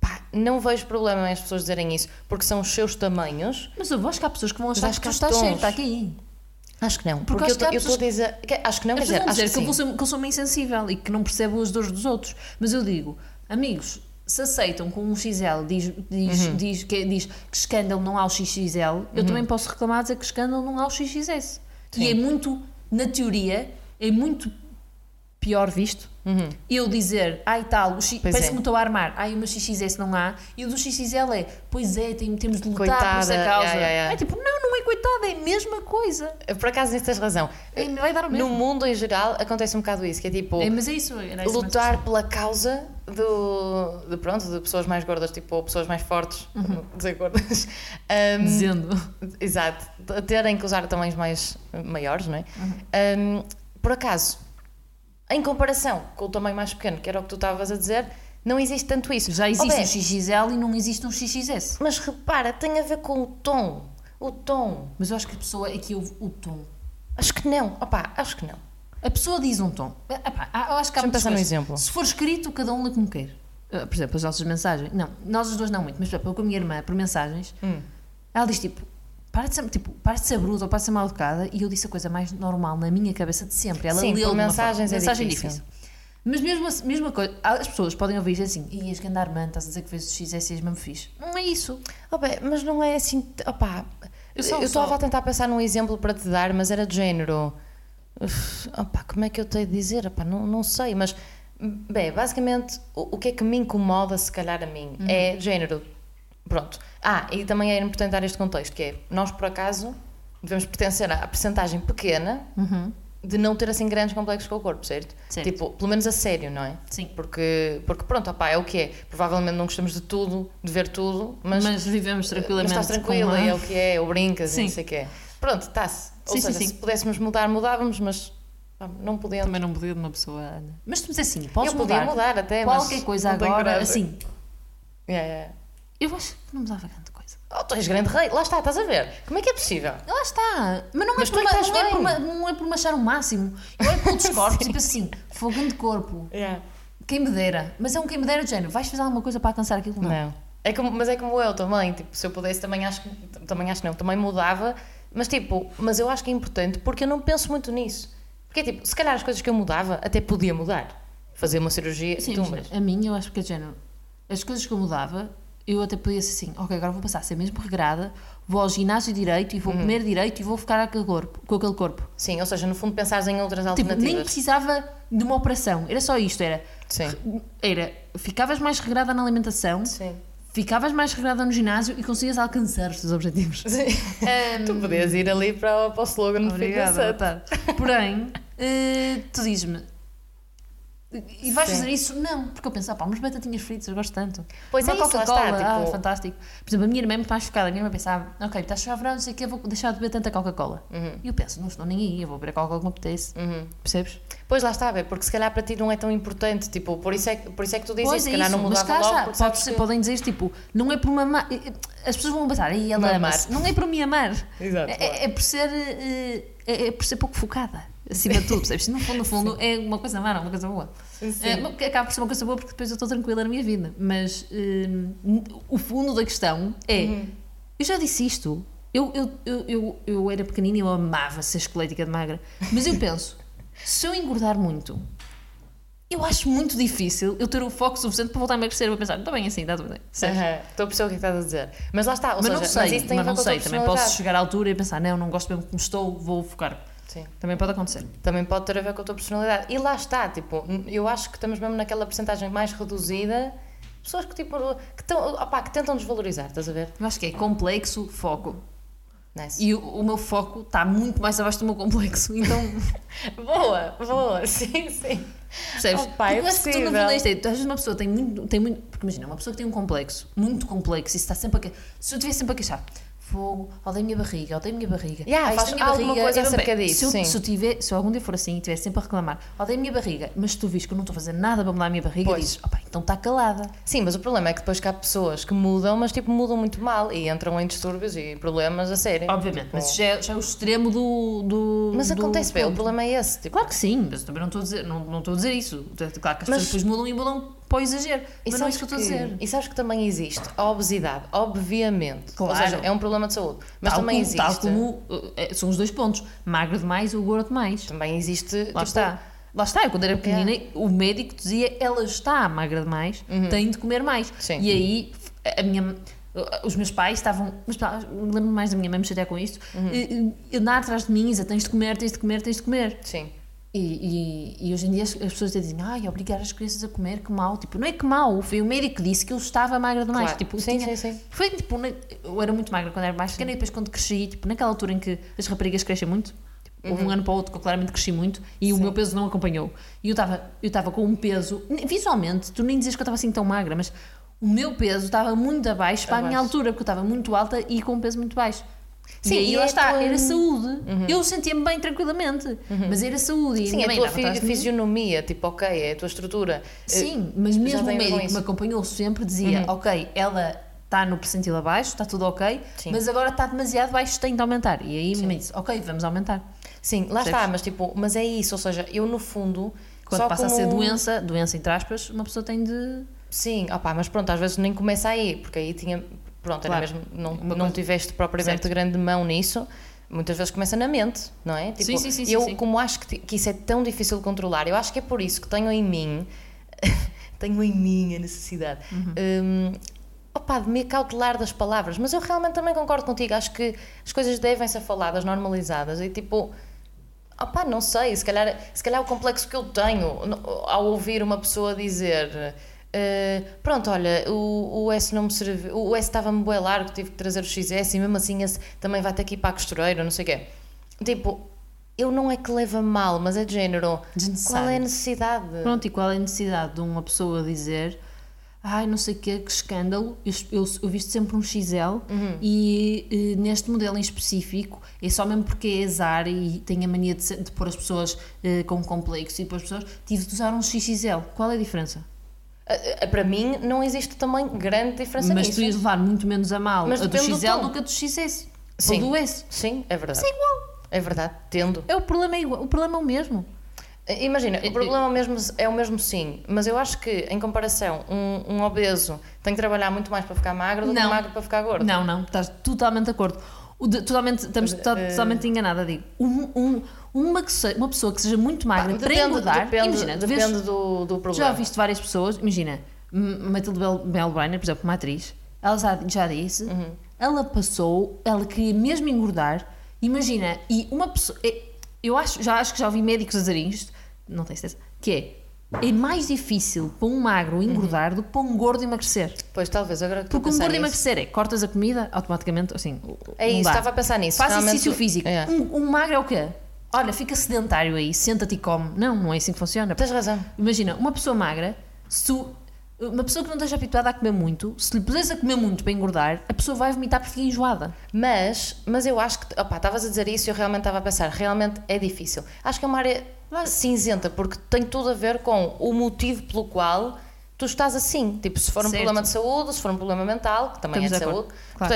pá, não vejo problema em as pessoas dizerem isso, porque são os seus tamanhos.
Mas eu acho que há pessoas que vão
Mas
achar
acho
que tu
que há
estás
tons.
certo, está aqui.
Acho que não,
Porque
porque,
acho
eu tô-
que há
eu estou a dizer. que- acho que não,
As pessoas
quer dizer,
vão
é, acho
dizer
que,
que, eu
sim.
vou ser- que eu sou uma insensível e que não percebo as dores dos outros. Mas eu digo, amigos, se aceitam com um XL, diz, diz,
Uhum.
diz, que, diz que escândalo não há o XXL, eu também posso reclamar dizer que escândalo não há o XXS.
Sim.
E é muito, na teoria, é muito pior visto eu dizer, ai tal, o X-
Uhum. Pois
parece
é.
que me estou a armar, ai o meu XXS não há, e o do XXL é, pois é, tem- temos de lutar por essa
Coitada,
causa.
ya, ya, ya.
É tipo, não, não é coitada, é a mesma coisa.
Por acaso, nisso tens razão.
É, vai dar o mesmo.
No mundo em geral, acontece um bocado isso, que é tipo.
É, mas é isso. era essa mais
lutar pela causa do, de, pronto, de pessoas mais gordas, tipo, ou pessoas mais fortes,
Uhum.
não dizer gordas, Um,
Dizendo.
exato, de terem que usar tamanhos mais maiores, não é?
Uhum.
Um, por acaso, em comparação com o tamanho mais pequeno, que era o que tu estavas a dizer, não existe tanto isso.
Já existe
Ou bem,
um XXL e não existe um XXS.
Mas repara, tem a ver com o tom, o tom.
Mas eu acho que a pessoa aqui ouve o tom.
Acho que não, opá, acho que não.
A pessoa diz um tom. Ah, pá, ah, Eu acho que há
Deixa-me
muitas
pensar num
coisas.
exemplo.
Se for escrito, cada um lê como quer. Ah, Por exemplo, as nossas mensagens. Não, nós as duas não muito, mas por exemplo, eu com a minha irmã, por mensagens,
Hum.
ela diz tipo. Para de, ser, tipo, para de ser bruta ou para de ser mal educada e eu disse a coisa mais normal na minha cabeça de sempre. Ela
Sim,
leu
por
de uma
mensagens
forma.
é
mensagem
difícil.
Mas mesmo, assim- mesma coisa, as pessoas podem ouvir isto assim, e as que andar man, estás a dizer que fez o XS mesmo fixe. Não é isso.
Oh, bem, mas não é assim. t- Opá,
Eu só-
eu estava
só-
a tentar pensar num exemplo para te dar, mas era de género. Uf, opá, como é que eu tenho de dizer? Opá, não, não sei, mas. Bem, basicamente, o, o que é que me incomoda, se calhar, a mim
Uhum.
é de género. Pronto. Ah, e também é importante dar este contexto: que é nós, por acaso, devemos pertencer à percentagem pequena de não ter assim grandes complexos com o corpo, certo?
Uhum. Certo.
Tipo, pelo menos a sério, não é?
Sim.
Porque, porque pronto, opá, é o que é. Provavelmente não gostamos de tudo, de ver tudo, mas,
vivemos
mas estás tranquila,
com uma-
é o que é, ou brincas, e
Sim.
não sei o que é. Pronto, está-se. Ou
Sim, sim,
seja,
sim.
se pudéssemos mudar, mudávamos, mas pá, não podemos.
Também não podia de uma pessoa. Ana. Mas tu me dizes assim, podes
eu podia
mudar,
mudar, até, mas
qualquer coisa
não tenho
agora.
coragem.
Assim,
Yeah, yeah.
eu acho que não mudava grande coisa.
Oh, tu és grande rei, lá está, estás a ver. Como é que é possível?
Lá está. Mas não é,
Mas
por,
tu é
uma,
que estás
não, é por
bem.
uma- não é por me achar o máximo. Eu olho para outros corpos e penso assim, fogo de corpo,
Yeah.
quem me dera. Mas é um quem me dera de género. Vais fazer alguma coisa para alcançar aquilo? Não.
Não. É como, mas é como eu também, tipo, se eu pudesse também acho que, também acho que não, também mudava, mas tipo, mas eu acho que é importante porque eu não penso muito nisso. Porque tipo, se calhar as coisas que eu mudava até podia mudar. Fazer uma cirurgia
Sim,
de
imagina,
tumbas.
a mim eu acho que é de género. As coisas que eu mudava, eu até podia ser assim, ok, agora vou passar a ser mesmo regrada, vou ao ginásio direito e vou comer direito e vou ficar aquele corpo, com aquele corpo.
Sim, ou seja, no fundo pensares em outras
Tipo, nem
alternativas.
precisava de uma operação, era só isto, era
Sim.
era ficavas mais regrada na alimentação,
Sim.
ficavas mais regrada no ginásio e conseguias alcançar os teus objetivos. Ahm,
Tu podias ir ali para, para o slogan do Fitness
Obrigada,
Hut.
tá. Porém, eh, tu dizes-me. E vais
Sim.
fazer isso? Não, porque eu penso, ah, pá, umas batatinhas fritas, eu gosto tanto.
Pois
Uma
é isso, lá está,
Coca-Cola, ah,
tipo-
fantástico. Por exemplo, a minha irmã é muito mais focada, a minha irmã pensa, ah, ok, está a chegar o verão, não sei o que, eu vou deixar de beber tanta Coca-Cola.
Uhum.
E eu penso, não estou nem aí, eu vou beber a Coca-Cola que me apetece, percebes?
Pois lá está, bem, porque se calhar para ti não é tão importante, tipo, por isso é, que- por isso é que tu dizes,
Pois
se
é
calhar
isso,
não
mas
mudava
cá
logo,
está,
porque
podes-
sabes que...
podem dizer, tipo, não é por mamar, as pessoas vão pensar, aí ela
Mamar.
ama-se." não é por me amar.
Exato, claro.
É, é por ser, eh, é, é por ser pouco focada, acima de tudo, percebes? No fundo, no fundo, é uma coisa má, não, uma coisa boa.
Sim.
Eh, mas que acaba por ser uma coisa boa porque depois eu estou tranquila na minha vida. Mas eh, o fundo da questão é:
Uhum.
eu já disse isto. Eu, eu, eu, eu, eu era pequenina e eu amava ser esquelética de magra. Mas eu penso: se eu engordar muito, eu acho muito difícil eu ter o foco suficiente para voltar a emagrecer. Eu vou pensar: está bem assim, está tudo bem. percebes?
Aham, Estou a perceber o que é que estás a dizer. Mas lá está, ou
Mas
seja,
não sei,
mas isso tem
mas
a ver
não
com a tua
sei. Também posso
personalidade.
chegar à altura e pensar: não, não gosto mesmo como estou, vou focar.
Sim.
Também pode acontecer.
Também pode ter a ver com a tua personalidade. E lá está, tipo, n- eu acho que estamos mesmo naquela porcentagem mais reduzida, pessoas que tipo, que, tão, opá, que tentam desvalorizar, estás a ver?
Eu acho que é complexo foco.
Nice.
E o, o meu foco está muito mais abaixo do meu complexo. Então.
Boa, boa, sim, sim.
Percebes?
Oh, pá, é
Porque eu acho que tu não
possível.
valeste aí. Tu às vezes uma pessoa tem muito, tem muito. Porque imagina, uma pessoa que tem um complexo, muito complexo, e se está sempre a. que- Se eu estivesse sempre a queixar, fogo, odeio a minha barriga, odeio a minha barriga. Ah,
Yeah,
isto
faz
da minha
alguma coisa
bem,
acerca
bem,
disso,
Se, eu,
sim.
se, eu tiver, se eu algum dia for assim e estiver sempre a reclamar, odeio a minha barriga, mas tu vês que eu não estou a fazer nada para mudar a minha barriga,
Pois.
dizes, opa, então está calada.
Sim, mas o problema é que depois que há pessoas que mudam, mas tipo, mudam muito mal e entram em distúrbios e problemas a sério.
Obviamente,
Tipo,
mas já, é- já é o extremo do. do
Mas
do
acontece, bem, o
ponto.
problema é esse. Tipo,
Claro que sim, mas eu também não estou a dizer, não, não estou a dizer isso. Claro que as
Mas-
pessoas depois mudam e mudam para o exagero. Mas não é isso que eu estou a dizer.
E sabes que também existe a obesidade, obviamente. Ou
Claro.
seja, é um problema de saúde. Mas
Tal
também
como-
existe.
Tal como uh, eh, são os dois pontos: magro demais ou gordo demais.
Também é. existe. tipo,
Lá está. Lá está, eu quando era pequenina, o médico dizia ela está magra demais, tem de comer mais.
Uhum. Sim.
E aí a minha. Os meus pais estavam. Mas pá, lembro-me mais da minha mãe me chatear com isto.
Uhum.
eh, eh, Andar atrás de mim, Isa, tens de comer, tens de comer, tens de comer.
Sim.
E, e- e hoje em dia as, as pessoas até dizem, ai, obrigar as crianças a comer, que mal. Tipo, não é que mal, foi o médico que disse que eu estava magra demais.
Claro.
Tipo,
Sim, sim, sim.
Foi tipo, na- eu era muito magra quando era mais pequena e depois quando cresci, tipo, naquela altura em que as raparigas crescem muito, tipo,
Uhum.
houve um ano para o outro que eu claramente cresci muito e o meu peso não acompanhou. E eu estava eu estava com um peso, visualmente, tu nem dizes que eu estava assim tão magra, mas o meu peso estava muito abaixo para a minha
Abaixo.
altura, porque eu estava muito alta e com um peso muito baixo.
Sim,
e aí
e
lá
é
está,
tua-
era saúde. Eu sentia-me bem tranquilamente, mas era saúde. e
Uhum. Sim,
minha
a
mãe
tua
dava
fi-
atrás de mim.
fisionomia, tipo, ok, é a tua estrutura.
Sim, mas mesmo o
tem a ver com
médico que
isso. Uhum.
me acompanhou sempre dizia: Ok, ela está no percentil abaixo, está tudo ok,
Sim.
mas agora está demasiado baixo, tem de aumentar. E aí me disse: Ok, vamos aumentar.
Eh, Sim, lá
Percebes?
está, mas tipo, mas é isso, ou seja, eu no fundo.
Quando
só um
passa a ser
como-
doença, doença entre aspas, uma pessoa tem de.
Sim, opá, mas pronto, às vezes nem começa aí, porque aí tinha. Pronto,
Claro.
era mesmo. Não,
Uma
não
coisa-
tiveste propriamente
Certo.
grande mão nisso. Muitas vezes começa na mente, não é? Tipo,
Sim, sim, sim, sim,
Eu,
sim.
como acho que, ti- que isso é tão difícil de controlar, eu acho que é por isso que tenho em mim. tenho em mim a necessidade.
Uhum.
hum, opá, de me cautelar das palavras. Mas eu realmente também concordo contigo. Acho que as coisas devem ser faladas, normalizadas. E tipo. Opá, não sei, se calhar, se calhar é o complexo que eu tenho no- ao ouvir uma pessoa dizer eh, pronto, olha, o, o S não me serviu, o S estava-me bué largo, tive que trazer o XS e mesmo assim esse também vai ter que ir para a costureira, não sei o quê. Tipo, eu não é que leva mal, mas é de género. Qual
Desnecessário.
é a necessidade?
Pronto, e qual é a necessidade de uma pessoa dizer ai, não sei o que, que escândalo, eu, eu, eu visto sempre um XL
Uhum.
e eh, neste modelo em específico é só mesmo porque é azar e tem a mania de, se- de pôr as pessoas eh, com complexo e depois as pessoas tive de usar um XXL. Qual é a diferença?
Ah, ah, Para mim, não existe também grande diferença
Mas
nisso.
tu ias levar muito menos a mal
é Mas
a do
depende do
XL
tom.
do que a do XS.
Sim.
Ou do S.
Sim, é verdade.
É igual.
É verdade, tendo.
É o problema é igual. O problema é o mesmo.
Imagina, o problema é o, mesmo, é o mesmo sim, mas eu acho que, em comparação, um, um obeso tem que trabalhar muito mais para ficar magro do que
Não.
um magro para ficar gordo.
Não, não, estás totalmente de acordo. O de- totalmente, estamos to-
eh,
totalmente enganada, digo. Um- um- uma, que se- uma pessoa que seja muito magra para engordar,
depende,
imagina, tu vês-
depende do, do
já
problema.
ouviste várias pessoas, imagina, M- Matilde Bel, Bel Brainer, por exemplo, uma atriz, ela já, já disse,
Uhum.
ela passou, ela queria mesmo engordar, imagina, e uma pessoa, é- eu acho, já acho que já ouvi médicos a dizer isto, não tenho certeza, que é, é mais difícil para um magro
Uhum.
engordar do que para um gordo emagrecer.
Pois talvez, agora que estou a
Porque um
pensar
gordo
nisso.
emagrecer é cortas a comida, automaticamente, assim.
É isso, estava a pensar nisso.
Faz
Realmente-
exercício físico.
É.
Um, um magro é o quê? Olha, fica sedentário aí, senta-te e come. Não, não é assim que funciona.
Tens razão.
Imagina, uma pessoa magra, se tu- uma pessoa que não esteja habituada a comer muito, se lhe puseres a comer muito para engordar, a pessoa vai vomitar porque fica enjoada.
Mas, mas eu acho que, opá, estavas a dizer isso e eu realmente estava a pensar, realmente é difícil. Acho que é uma área cinzenta, porque tem tudo a ver com o motivo pelo qual tu estás assim. Tipo, se for um
Certo.
problema de saúde, se for um problema mental, que também
Estamos
é de
de acordo.
saúde.
Claro.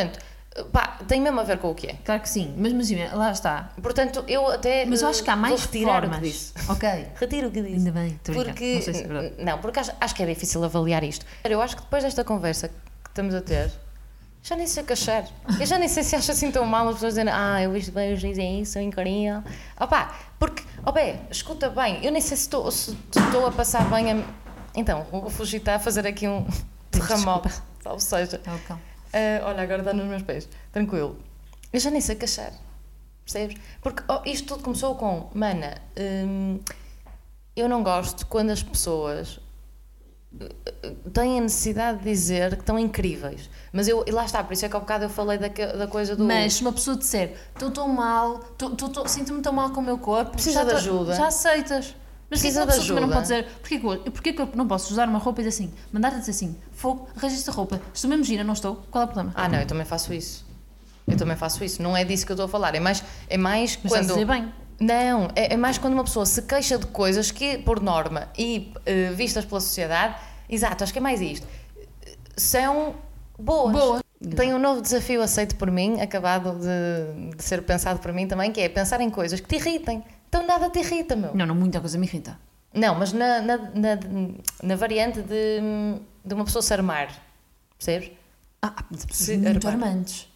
Portanto, pá, tem mesmo a ver com o que é.
Claro que sim, mas imagina, lá está.
Portanto, eu até.
Mas eu acho que há
eh,
mais
vou retirar
formas.
o que disse.
Ok.
Retiro o que disse.
Ainda bem, estou a brincar.
porque,
Não sei se é verdade.
Não, porque acho, acho que é difícil avaliar isto. Eu acho que depois desta conversa que estamos a ter, já nem sei o que achar. Eu já nem sei se acho assim tão mal as pessoas dizendo ah, eu isto bem, os dizem isso, eu encarinho. Opá, porque, ó bem, escuta bem, eu nem sei se estou se estou a passar bem a... Então, o Fuji está a fazer aqui um derramote, ou seja...
É o cão.
Ah, olha, agora dá nos meus pés. Tranquilo. Eu já nem sei cachar. Percebes? Porque oh, isto tudo começou com, mana, hum, eu não gosto quando as pessoas eh, eh, têm a necessidade de dizer que estão incríveis. Mas eu, e lá está, por isso é que ao bocado eu falei da, que- da coisa do.
Mas se uma pessoa disser, estou tão mal, tô- tô- tô- sinto-me tão mal com o meu corpo,
Precisa
já
de
tô-
ajuda.
Já aceitas. Mas assim,
Precisa
Precisa
de
de ajuda. não
ajuda.
pode dizer, porquê que, eu, porquê que eu não posso usar uma roupa e dizer assim, mandar-te dizer assim, fogo, arranja esta roupa, estou mesmo gira, não estou, qual é o problema?
Ah, não, eu também faço isso. Eu também faço isso. Não é disso que eu estou a falar. É mais, é mais
Mas
quando.
estás a dizer bem.
Não, é, é mais quando uma pessoa se queixa de coisas que, por norma e eh, vistas pela sociedade, exato, acho que é mais isto, eh, são boas.
Boa.
Tenho um novo desafio aceito por mim, acabado de, de ser pensado por mim também, que é pensar em coisas que te irritem. Então nada te irrita, meu.
Não, não, muita coisa me irrita.
Não, mas na, na, na, na variante de, de uma pessoa se armar, percebes?
Ah, há pessoas
Se
muito
armar.
armantes.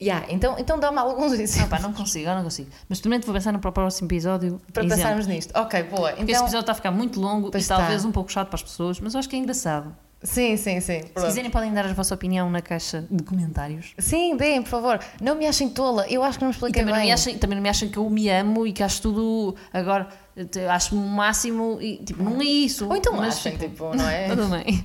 Yeah, então, então dá-me alguns
Ah,
exemplos
pá, não consigo, eu não consigo. Mas também vou pensar no próximo episódio.
para
exemplo.
pensarmos nisto. Ok, boa.
Porque
Então,
este episódio está a ficar muito longo
Pois tá.
e talvez
está.
um pouco chato para as pessoas, mas eu acho que é engraçado.
sim, sim, sim.
Se
pronto.
quiserem podem dar a vossa opinião na caixa de comentários.
Sim, deem, por favor. Não me achem tola. Eu acho que não me
E
expliquei
também não,
bem.
me achem, também não me achem que eu me amo e que acho tudo agora, te- acho-me o máximo e tipo, não é isso.
Ou então
mas,
achem, tipo, não é?
Tudo bem.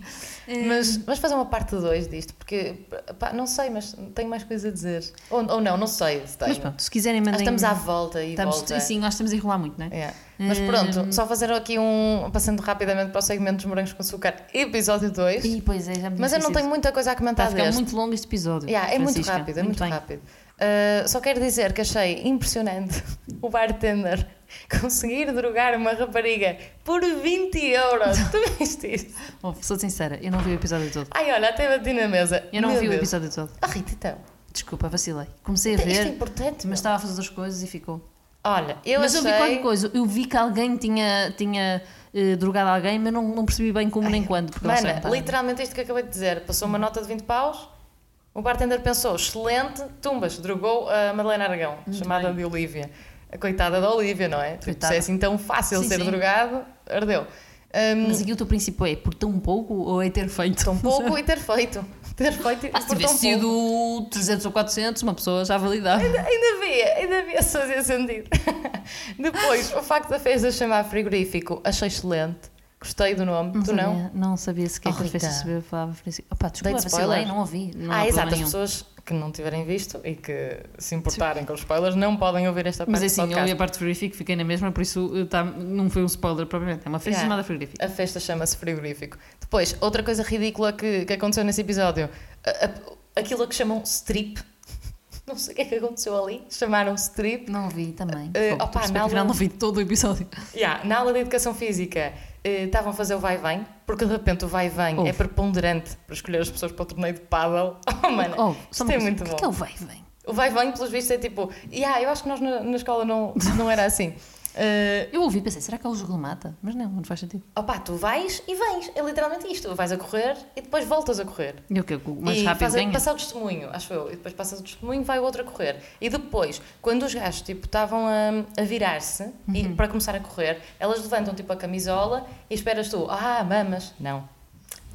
mas, mas fazer uma parte 2 disto, porque pá, não sei, mas tenho mais coisas a dizer. Ou, ou não, não sei se tenho.
Mas pronto, se quiserem
Nós
mandem. um-
estamos à volta e
estamos,
volta.
Sim, Hum. nós estamos a enrolar muito, não é?
É. Mas pronto, só fazer aqui um. Passando rapidamente para o segmento dos morangos com açúcar, episódio 2.
E, pois é, já me
Mas eu não tenho muita coisa a
Está a
comentar
ficar
deste.
muito longo este episódio.
Yeah, é muito
Francisca.
rápido, é muito,
bem.
rápido. Uh, só quero dizer que achei impressionante o bartender conseguir drogar uma rapariga por 20 euros. tu viste isso?
Oh, sou sincera, eu não vi o episódio todo.
Ai, olha, até bati na mesa.
Eu não
Meu
vi o
Deus.
episódio todo.
Ah, Rita, então.
Desculpa, vacilei. Comecei a
Isto é
ver,
importante,
mas
mas
estava a fazer outras coisas e ficou.
Olha, eu
mas eu vi
achei.
qualquer coisa. Eu vi que alguém tinha, tinha eh, drogado alguém, mas não, não percebi bem como nem quando. Porque lá está,
Mana,
pá.
literalmente isto que acabei de dizer. Passou uma nota de 20 paus. O bartender pensou, excelente, tumbas, drogou a Madalena Aragão, chamada de Olivia. A coitada da Olivia, não é? Tipo, se
Coitada.
é assim tão fácil
Sim,
ser
sim.
drogado, ardeu. Um,
Mas aqui o teu princípio é por tão pouco ou é ter feito?
tão pouco e ter feito. Ter feito
Ah, se
por
tivesse
tão
sido
pouco.
300 ou 400, uma pessoa já validava.
Ainda via, ainda via se fazia sentido. Depois, o facto da festa chamar frigorífico, achei excelente. Gostei do nome, tu
sabia,
não?
Não sabia sequer
Oh,
que a Festa
Rita.
subiu a palavra princípio. Opa, desculpa,
Dei-te
vacilei,
spoiler.
não ouvi. Não há
ah, exato,
problema
as
nenhum.
pessoas que não tiverem visto e que se importarem com os spoilers não podem ouvir esta parte
Mas assim,
do
eu ouvi
podcast.
a parte frigorífica, fiquei na mesma, por isso eh, tá- não foi um spoiler propriamente. É uma festa
Yeah.
chamada frigorífica.
A festa chama-se frigorífico. Depois, outra coisa ridícula que, que aconteceu nesse episódio, a- a- aquilo a que chamam strip. Não sei o que é que aconteceu ali. Chamaram strip.
Não vi também.
Eh,
Fogo, estou
opa,
a perceber que
nada-
afinal não vi todo o episódio.
Yeah, na aula de educação física eh, estavam a fazer o vai-vem, porque de repente o vai-vem
Houve.
é preponderante para escolher as pessoas para o torneio de pádel. Oh, mano,
Oh, só
isto é
uma coisa,
muito
o que
bom.
é que é o vai vem?
O vai-vem, pelos vistos, é tipo, yeah, eu acho que nós na, na escola não, não era assim. Eh,
Eu ouvi e pensei, será que é o jogo do mata? Mas não, não faz sentido.
opá, tu vais e vens, é literalmente isto. Vais a correr e depois voltas a correr.
E o que? O mais
e
rápido
fazem-
ganha?
passar o testemunho, acho eu. E depois passa o testemunho, vai o outro a correr. E depois, quando os gajos tipo, estavam a, a virar-se
Uhum.
e para começar a correr, elas levantam tipo a camisola e esperas tu, ah, mamas. Não.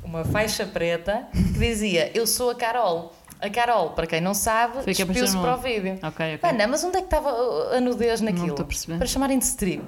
Uma faixa preta que dizia, eu sou a Carol. A Carol, para quem não sabe,
Foi que apareceu
despiu-se
no-
para o vídeo.
Ok, ok.
Ana, mas onde é que estava uh, a nudez naquilo?
estou a perceberem.
Para chamarem de strip.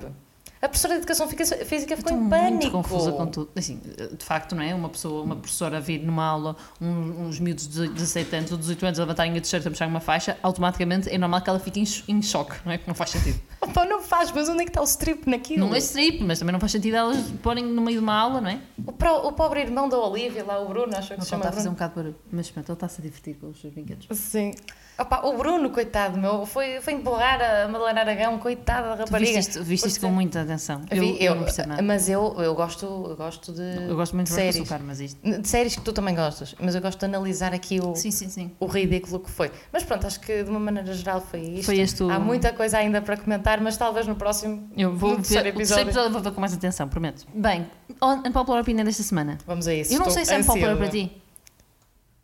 A professora de educação Física- física ficou
Estou
em
muito
pânico.
confusa com tudo. Assim, de facto, não é? Uma pessoa, uma professora vir numa aula, um- uns miúdos de 17 anos ou 18 anos a levantarem a t-shirt a puxar uma faixa, automaticamente é normal que ela fique em, cho- em choque, não é? Que não faz sentido.
Opa, não faz, mas onde é que está o strip naquilo?
Não é strip, mas também não faz sentido elas porem no meio de uma aula, não é?
o, pro- o pobre irmão da Olivia, lá o Bruno, acho que
Ele
se chama
está a fazer um bocado
Bruno.
de barulho. Mas pronto, ele está-se a divertir com os seus brinquedos.
Sim. Opa, o Bruno, coitado meu, foi, foi empurrar a Madalena Aragão, coitada da
Tu
rapariga.
viste isto, viste isto com
Porque-
muita atenção. Eu,
Vi-
eu não percebo nada.
Mas eu, eu gosto, eu gosto de.
Eu gosto muito
de
de Barão de
séries.
açúcar, mas isto.
De séries que tu também gostas, mas eu gosto de analisar aqui o,
Sim, sim, sim.
o ridículo que foi. Mas pronto, acho que de uma maneira geral foi isto.
Foi este o-
Há muita coisa ainda para comentar, mas talvez no próximo.
Eu vou
no
ver,
terceiro
o terceiro
episódio.
episódio vou ver com mais atenção, prometo. Bem, on- unpopular opinion desta semana.
Vamos a isso.
eu não
estou
sei se é unpopular
ansiosa.
para ti,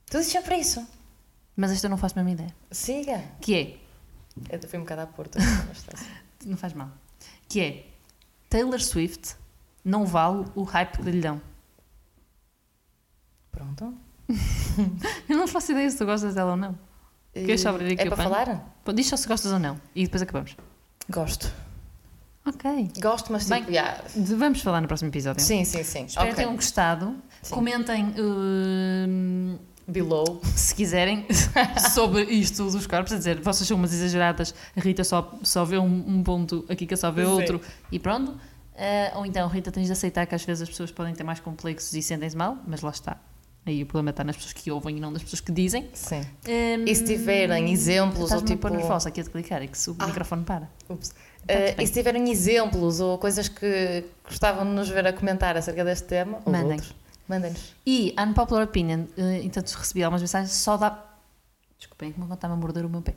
Tu dizes sempre isso.
mas esta eu não faço a mesma ideia.
Siga.
Que é,
Eu fui um bocado à porta. mas está assim.
não faz mal, que é Taylor Swift não vale o hype que lhe dão.
Pronto.
Eu não faço ideia se tu gostas dela ou não. Queres só abrir aqui
É
o
para
pano?
falar?
Bom, diz só se gostas ou não e depois acabamos.
Gosto.
Ok.
Gosto, mas tipo.
Bem,
yeah.
De- Vamos falar no próximo episódio.
Sim, sim, sim.
Espero
Ok.
que tenham gostado.
Sim.
Comentem hum,
Below.
se quiserem, sobre isto dos corpos, a dizer, vocês são umas exageradas, a Rita só, só vê um, um ponto, a Kika só vê
Sim.
outro, e pronto. Ah, ou então, Rita, tens de aceitar que às vezes as pessoas podem ter mais complexos e sentem-se mal, mas lá está. Aí o problema está nas pessoas que ouvem e não nas pessoas que dizem.
Sim.
Hum,
E se tiverem exemplos ou
estás-me a
tipo.
pôr nervosa aqui a te clicar, é que se o
Ah.
microfone para.
Ups.
Tá-se
Eh,
bem.
e se tiverem exemplos ou coisas que gostavam de nos ver a comentar acerca deste tema, ou de
Mandem.
outros, mandem-nos.
E, unpopular opinion, eh, então recebi algumas mensagens, só dá. Desculpem, é como estava a morder o meu pé.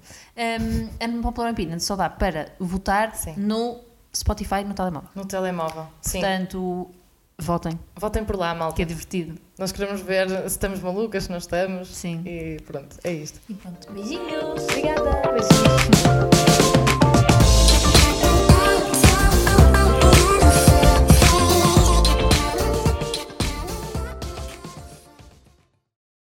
Um, unpopular opinion só dá para votar
Sim.
no Spotify no telemóvel.
No telemóvel. Sim.
Portanto, votem,
Votem por lá, malta.
que é divertido.
Nós queremos ver se estamos malucas, se não estamos.
Sim.
E pronto, é isto.
E pronto, beijinhos!
Obrigada. Beijinhos.